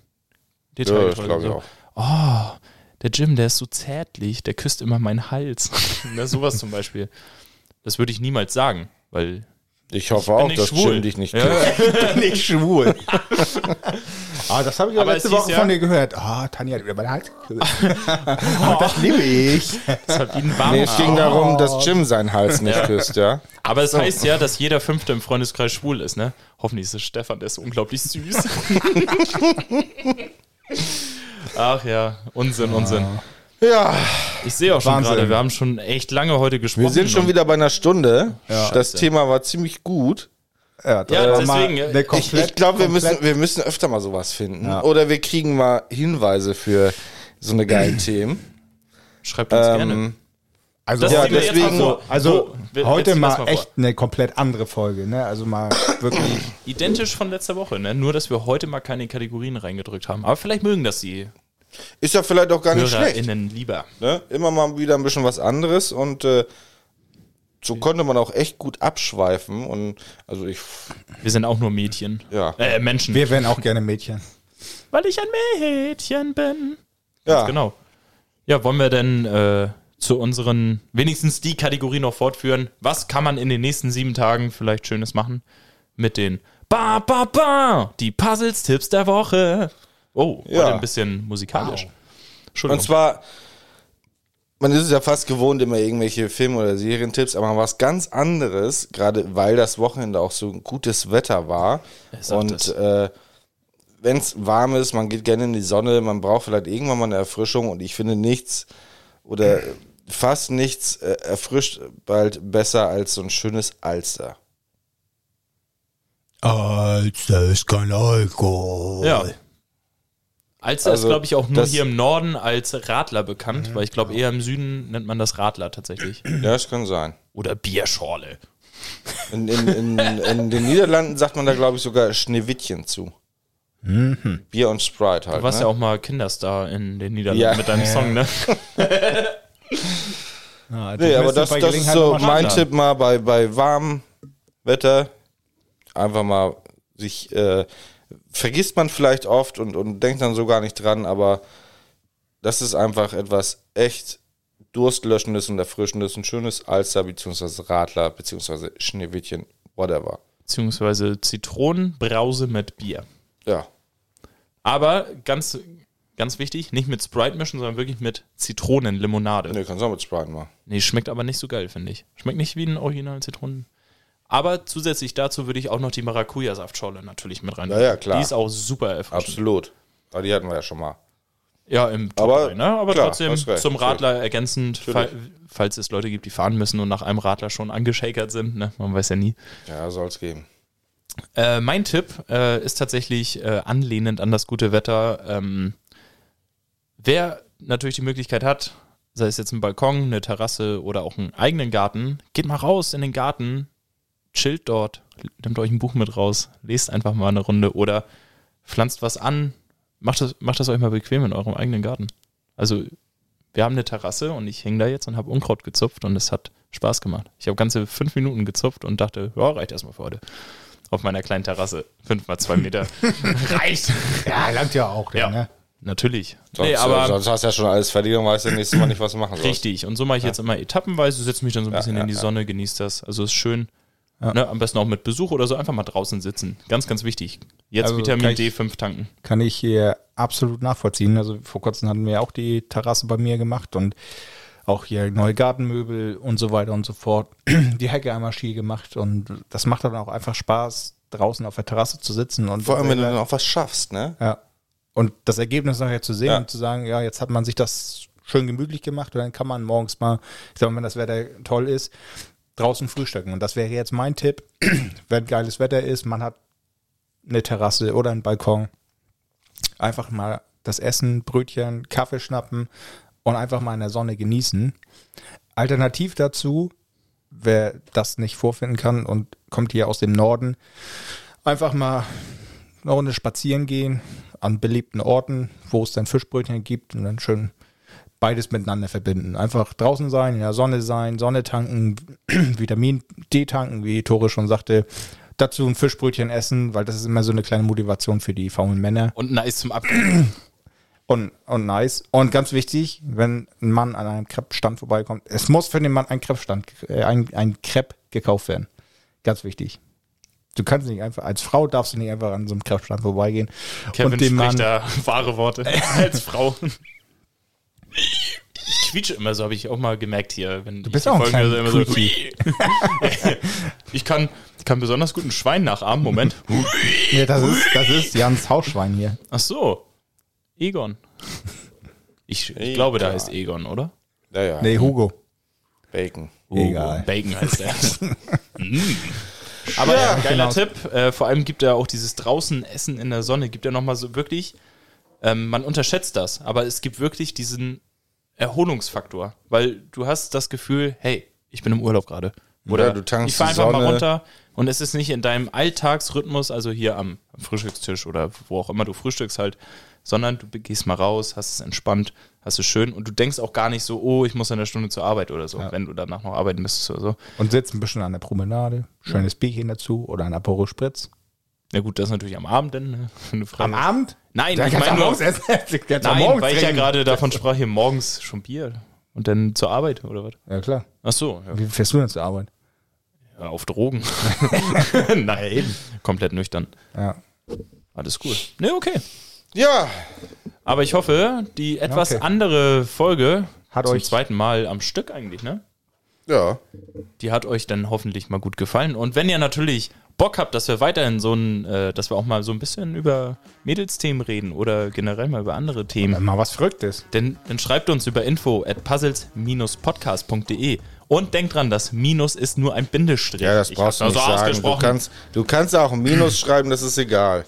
Speaker 2: Ja,
Speaker 1: detailgetreu
Speaker 2: das glaube ich
Speaker 1: so.
Speaker 2: auch.
Speaker 1: Oh, der Jim, der ist so zärtlich, der küsst immer meinen Hals. ne, sowas zum Beispiel. Das würde ich niemals sagen, weil
Speaker 2: Ich hoffe
Speaker 1: bin
Speaker 2: auch,
Speaker 1: nicht
Speaker 2: dass
Speaker 1: schwul.
Speaker 2: Jim dich nicht
Speaker 1: Ja.
Speaker 2: küsst.
Speaker 3: nicht schwul. ah, das habe ich ja
Speaker 1: Aber
Speaker 3: letzte
Speaker 1: es hieß
Speaker 3: Woche
Speaker 1: ja-
Speaker 3: von dir gehört. Ah, Tanja hat über meinen Hals geküsst. Ah, das liebe ich.
Speaker 1: das hat ihn warm
Speaker 2: Nee, es ging darum, dass Jim seinen Hals nicht
Speaker 1: Ja.
Speaker 2: küsst, ja.
Speaker 1: Aber es heißt ja, dass jeder Fünfte im Freundeskreis schwul ist, ne? Hoffentlich ist es Stefan, der ist so unglaublich süß. Ach ja, Unsinn, Unsinn.
Speaker 2: Ja,
Speaker 1: Ich sehe auch schon
Speaker 3: Wahnsinn.
Speaker 1: gerade, wir haben schon echt lange heute gesprochen.
Speaker 2: wir sind schon
Speaker 1: und-
Speaker 2: wieder bei einer Stunde. Das
Speaker 1: Scheiße.
Speaker 2: Thema war ziemlich gut.
Speaker 3: Ja, das
Speaker 1: Ja,
Speaker 3: war mal
Speaker 1: deswegen, ja.
Speaker 3: eine
Speaker 1: Ich-
Speaker 2: Ich,
Speaker 3: komplett,
Speaker 2: ich glaube, wir
Speaker 3: komplett-
Speaker 2: müssen, wir müssen öfter mal sowas finden.
Speaker 3: Ja.
Speaker 2: Oder wir kriegen mal Hinweise für so eine geile Themen.
Speaker 1: Schreibt uns gerne.
Speaker 2: Ähm,
Speaker 3: Also,
Speaker 1: Das
Speaker 2: ja,
Speaker 1: ziehen wir jetzt mal
Speaker 2: deswegen-
Speaker 1: vor.
Speaker 3: also
Speaker 1: So, wir- jetzt
Speaker 3: heute
Speaker 1: ziehen wir das
Speaker 3: mal
Speaker 1: vor.
Speaker 3: echt eine komplett andere Folge. Ne? Also mal wirklich.
Speaker 1: Identisch von letzter Woche, ne? Nur, dass wir heute mal keine Kategorien reingedrückt haben. Aber vielleicht mögen das die
Speaker 2: ist ja vielleicht auch gar nicht schlecht.
Speaker 1: HörerInnen lieber.
Speaker 2: Ne? Immer mal wieder ein bisschen was anderes und äh, so konnte man auch echt gut abschweifen. Und also ich,
Speaker 1: Wir sind auch nur Mädchen.
Speaker 2: ja.
Speaker 1: Äh, Menschen.
Speaker 3: wir wären auch gerne Mädchen.
Speaker 1: Weil ich ein Mädchen bin.
Speaker 2: ja.
Speaker 1: Genau. Ja, wollen wir denn äh, zu unseren, wenigstens die Kategorie noch fortführen? Was kann man in den nächsten sieben Tagen vielleicht Schönes machen? Mit den Ba, Ba, Ba, die Puzzles-Tipps der Woche. Oh,
Speaker 2: Ja.
Speaker 1: heute ein bisschen musikalisch. Entschuldigung.
Speaker 2: Und zwar man ist es ja fast gewohnt, immer irgendwelche Film- oder Serientipps, aber was ganz anderes, gerade weil das Wochenende auch so ein gutes Wetter war.
Speaker 1: sagt es.
Speaker 2: Und äh, wenn es warm ist, man geht gerne in die Sonne, man braucht vielleicht irgendwann mal eine Erfrischung und ich finde nichts oder fast nichts äh, erfrischt bald besser als so ein schönes Alster.
Speaker 4: Alster ist kein Alkohol.
Speaker 1: Ja. Alster
Speaker 2: Also,
Speaker 1: ist, glaube ich, auch nur
Speaker 2: das- Mhm.
Speaker 1: hier im Norden als Radler bekannt, weil ich glaube, eher im Süden nennt man das Radler tatsächlich.
Speaker 2: Ja, das kann sein.
Speaker 1: Oder Bierschorle.
Speaker 2: In, in, in, in den Niederlanden sagt man da, glaube ich, sogar Schneewittchen zu. Bier und Sprite halt.
Speaker 1: Mhm. Du warst
Speaker 2: ne?
Speaker 1: ja auch mal Kinderstar in den Niederlanden
Speaker 2: Ja.
Speaker 1: mit deinem Song, ne?
Speaker 3: Ja,
Speaker 2: Nee, aber das, das ist so mein Tipp mal bei, bei warmem Wetter. Einfach mal sich, äh, vergisst man vielleicht oft und, und denkt dann so gar nicht dran, aber das ist einfach etwas echt Durstlöschendes und Erfrischendes, ein schönes Alster bzw. Radler bzw. Schneewittchen, whatever.
Speaker 1: Beziehungsweise Zitronenbrause mit Bier.
Speaker 2: Ja,
Speaker 1: Aber ganz, ganz wichtig, nicht mit Sprite mischen, sondern wirklich mit Zitronenlimonade.
Speaker 2: ne, kannst du auch mit Sprite mal.
Speaker 1: Nee, schmeckt aber nicht so geil, finde ich. Schmeckt nicht wie ein original Zitronen. Aber zusätzlich dazu würde ich auch noch die Maracuja-Saftschorle natürlich mit rein.
Speaker 2: Ja, ja, klar.
Speaker 1: Die ist auch super erfrischend.
Speaker 2: Absolut. Aber die hatten wir ja schon mal.
Speaker 1: Ja, im Top
Speaker 2: Aber
Speaker 1: drei, ne? aber
Speaker 2: klar,
Speaker 1: trotzdem
Speaker 2: hast recht,
Speaker 1: zum
Speaker 2: natürlich.
Speaker 1: Radler ergänzend, fa falls es Leute gibt, die fahren müssen und nach einem Radler schon angeschakert sind. Ne? Man weiß ja nie.
Speaker 2: Ja, soll's geben.
Speaker 1: Äh, mein Tipp äh, ist tatsächlich äh, anlehnend an das gute Wetter. Ähm, wer natürlich die Möglichkeit hat, sei es jetzt ein Balkon, eine Terrasse oder auch einen eigenen Garten, geht mal raus in den Garten, chillt dort, nehmt euch ein Buch mit raus, lest einfach mal eine Runde oder pflanzt was an. Macht das, macht das euch mal bequem in eurem eigenen Garten. Also, wir haben eine Terrasse und ich hing da jetzt und habe Unkraut gezupft und es hat Spaß gemacht. Ich habe ganze fünf Minuten gezupft und dachte, ja, reicht erstmal für heute auf meiner kleinen Terrasse. Fünf mal zwei Meter. Reicht.
Speaker 3: Ja, langt ja auch.
Speaker 1: Ja.
Speaker 3: Ja. Ne?
Speaker 1: Natürlich.
Speaker 2: Sonst,
Speaker 1: nee, aber
Speaker 2: sonst hast du ja schon alles fertig und weißt ja nächstes Mal nicht, was du machen sollst.
Speaker 1: richtig. Und so mache ich jetzt immer etappenweise, setze mich dann so ein bisschen in die Sonne, genieße das. Also ist schön. Ne, am besten auch mit Besuch oder so einfach mal draußen sitzen. Ganz, ganz wichtig. Jetzt
Speaker 3: Also
Speaker 1: Vitamin
Speaker 3: gleich-
Speaker 1: D5 tanken.
Speaker 3: kann ich hier absolut nachvollziehen. Also vor kurzem hatten wir auch die Terrasse bei mir gemacht und auch hier neue Gartenmöbel und so weiter und so fort. Die Hecke einmal schier gemacht und das macht dann auch einfach Spaß, draußen auf der Terrasse zu sitzen und
Speaker 2: Vor allem, wenn du dann auch was schaffst, ne?
Speaker 3: ja. Und das Ergebnis nachher zu sehen
Speaker 2: Ja.
Speaker 3: und zu sagen, ja, jetzt hat man sich das schön gemütlich gemacht und dann kann man morgens mal, ich sag mal, wenn das Wetter toll ist, draußen frühstücken. Und das wäre jetzt mein Tipp, wenn geiles Wetter ist, man hat eine Terrasse oder einen Balkon, einfach mal das Essen, Brötchen, Kaffee schnappen und einfach mal in der Sonne genießen. Alternativ dazu, wer das nicht vorfinden kann und kommt hier aus dem Norden, einfach mal eine Runde spazieren gehen an beliebten Orten, wo es dann Fischbrötchen gibt und dann schön beides miteinander verbinden. Einfach draußen sein, in der Sonne sein, Sonne tanken, Vitamin D tanken, wie Tore schon sagte. Dazu ein Fischbrötchen essen, weil das ist immer so eine kleine Motivation für die faulen Männer.
Speaker 1: Und nice zum Abgehen.
Speaker 3: Und, und nice. Und ganz wichtig, wenn ein Mann an einem Crepe-Stand vorbeikommt, es muss für den Mann ein Crepe-Stand, äh, ein, ein Crepe gekauft werden. Ganz wichtig. Du kannst nicht einfach, als Frau darfst du nicht einfach an so einem Crepe-Stand vorbeigehen.
Speaker 1: Kevin
Speaker 3: und dem
Speaker 1: spricht
Speaker 3: Mann,
Speaker 1: da wahre Worte als Frau. Ich quietsche immer so, habe ich auch mal gemerkt hier. Wenn du
Speaker 3: bist auch ein kleiner
Speaker 1: immer so, Ich kann, ich kann besonders gut ein Schwein nachahmen. Moment.
Speaker 3: Nee, das ist, das ist Jans Hausschwein hier.
Speaker 1: Ach so. Egon. Ich, ich glaube, da heißt Egon, oder?
Speaker 2: Ja, ja.
Speaker 3: Nee, Hugo.
Speaker 2: Bacon.
Speaker 3: Oh, Egal.
Speaker 1: Bacon heißt er. Mm. Aber ja, geiler Tipp. Äh, vor allem gibt er auch dieses draußen Essen in der Sonne. Gibt er nochmal so wirklich, ähm, man unterschätzt das, aber es gibt wirklich diesen Erholungsfaktor, weil du hast das Gefühl, hey, ich bin im Urlaub gerade. Oder
Speaker 2: Ja, du tankst
Speaker 1: ich fahr
Speaker 2: die
Speaker 1: einfach mal
Speaker 2: Sonne.
Speaker 1: runter und es ist nicht in deinem Alltagsrhythmus, also hier am, am Frühstückstisch oder wo auch immer du frühstückst halt, sondern du gehst mal raus, hast es entspannt, hast es schön und du denkst auch gar nicht so, oh, ich muss in der Stunde zur Arbeit oder so, wenn du danach noch arbeiten müsstest oder so.
Speaker 3: Und sitzt ein bisschen an der Promenade, schönes Bierchen dazu oder ein Aperol Spritz.
Speaker 1: Na gut, das ist natürlich am Abend denn. Ne? Wenn du frei bist.
Speaker 3: Abend?
Speaker 1: Nein,
Speaker 3: Dann
Speaker 1: ich
Speaker 3: kannst
Speaker 1: meine
Speaker 3: du am
Speaker 1: nur,
Speaker 3: morgens essen. Kannst du am
Speaker 1: nein,
Speaker 3: morgens
Speaker 1: weil ich ja
Speaker 3: trinken.
Speaker 1: gerade davon sprach, hier morgens schon Bier und dann zur Arbeit oder was?
Speaker 3: Ja, klar.
Speaker 1: Ach so, ja.
Speaker 3: Wie fährst du denn zur Arbeit?
Speaker 1: Ja, Äh, auf Drogen. nein, komplett nüchtern.
Speaker 3: Ja.
Speaker 1: Alles cool. Ne, okay.
Speaker 2: Ja,
Speaker 1: Aber ich hoffe, die etwas
Speaker 3: Okay.
Speaker 1: andere Folge
Speaker 3: Hat
Speaker 1: Zum
Speaker 3: euch
Speaker 1: zweiten Mal am Stück eigentlich, ne?
Speaker 2: Ja.
Speaker 1: die hat euch dann hoffentlich mal gut gefallen. Und wenn ihr natürlich Bock habt, dass wir weiterhin so ein, äh, dass wir auch mal so ein bisschen über Mädelsthemen reden oder generell mal über andere Themen,
Speaker 3: mal was Verrücktes.
Speaker 1: dann, dann schreibt uns über info at puzzles-podcast.de. Und denkt dran, das Minus ist nur ein Bindestrich.
Speaker 2: Ja, das
Speaker 1: Ich
Speaker 2: brauchst du
Speaker 1: hab's
Speaker 2: nicht
Speaker 1: also
Speaker 2: sagen. Du
Speaker 1: ausgesprochen.
Speaker 2: kannst, du kannst auch ein Minus schreiben, das ist egal.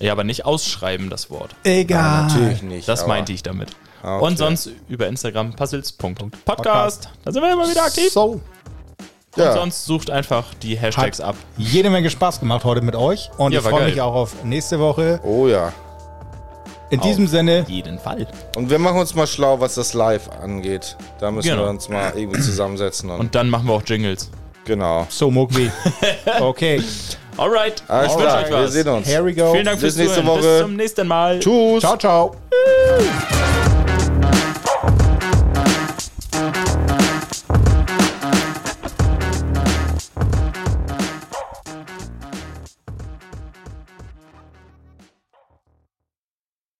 Speaker 1: ja, aber nicht ausschreiben, das Wort.
Speaker 3: Egal.
Speaker 2: Natürlich nicht.
Speaker 1: Ah, Das
Speaker 2: aber- Ah,
Speaker 1: meinte ich damit.
Speaker 2: okay.
Speaker 1: Und sonst über Instagram puzzles.podcast. Da sind wir immer wieder aktiv.
Speaker 3: So,
Speaker 1: Und
Speaker 2: Ja.
Speaker 1: sonst sucht einfach die Hashtags ab.
Speaker 3: jede Menge Spaß gemacht heute mit euch und
Speaker 1: Ja,
Speaker 3: ich
Speaker 1: war
Speaker 3: freue
Speaker 1: geil.
Speaker 3: mich auch auf nächste Woche.
Speaker 2: Oh ja.
Speaker 3: In diesem Sinne,
Speaker 1: Jeden Fall.
Speaker 2: Und wir machen uns mal schlau, was das Live angeht. Da müssen
Speaker 1: Genau.
Speaker 2: wir uns mal irgendwie zusammensetzen. Und,
Speaker 1: Und dann machen wir auch Jingles.
Speaker 2: genau.
Speaker 3: so Mugli. Okay,
Speaker 1: Alright.
Speaker 2: Alles
Speaker 1: Ich wünsche
Speaker 2: klar,
Speaker 1: euch
Speaker 2: wir
Speaker 1: was.
Speaker 2: sehen uns.
Speaker 3: here we go.
Speaker 1: Vielen Dank
Speaker 2: Bis
Speaker 1: fürs
Speaker 2: nächste
Speaker 1: Zuhören.
Speaker 2: Woche.
Speaker 1: Bis zum nächsten Mal.
Speaker 2: Tschüss.
Speaker 3: Ciao, ciao.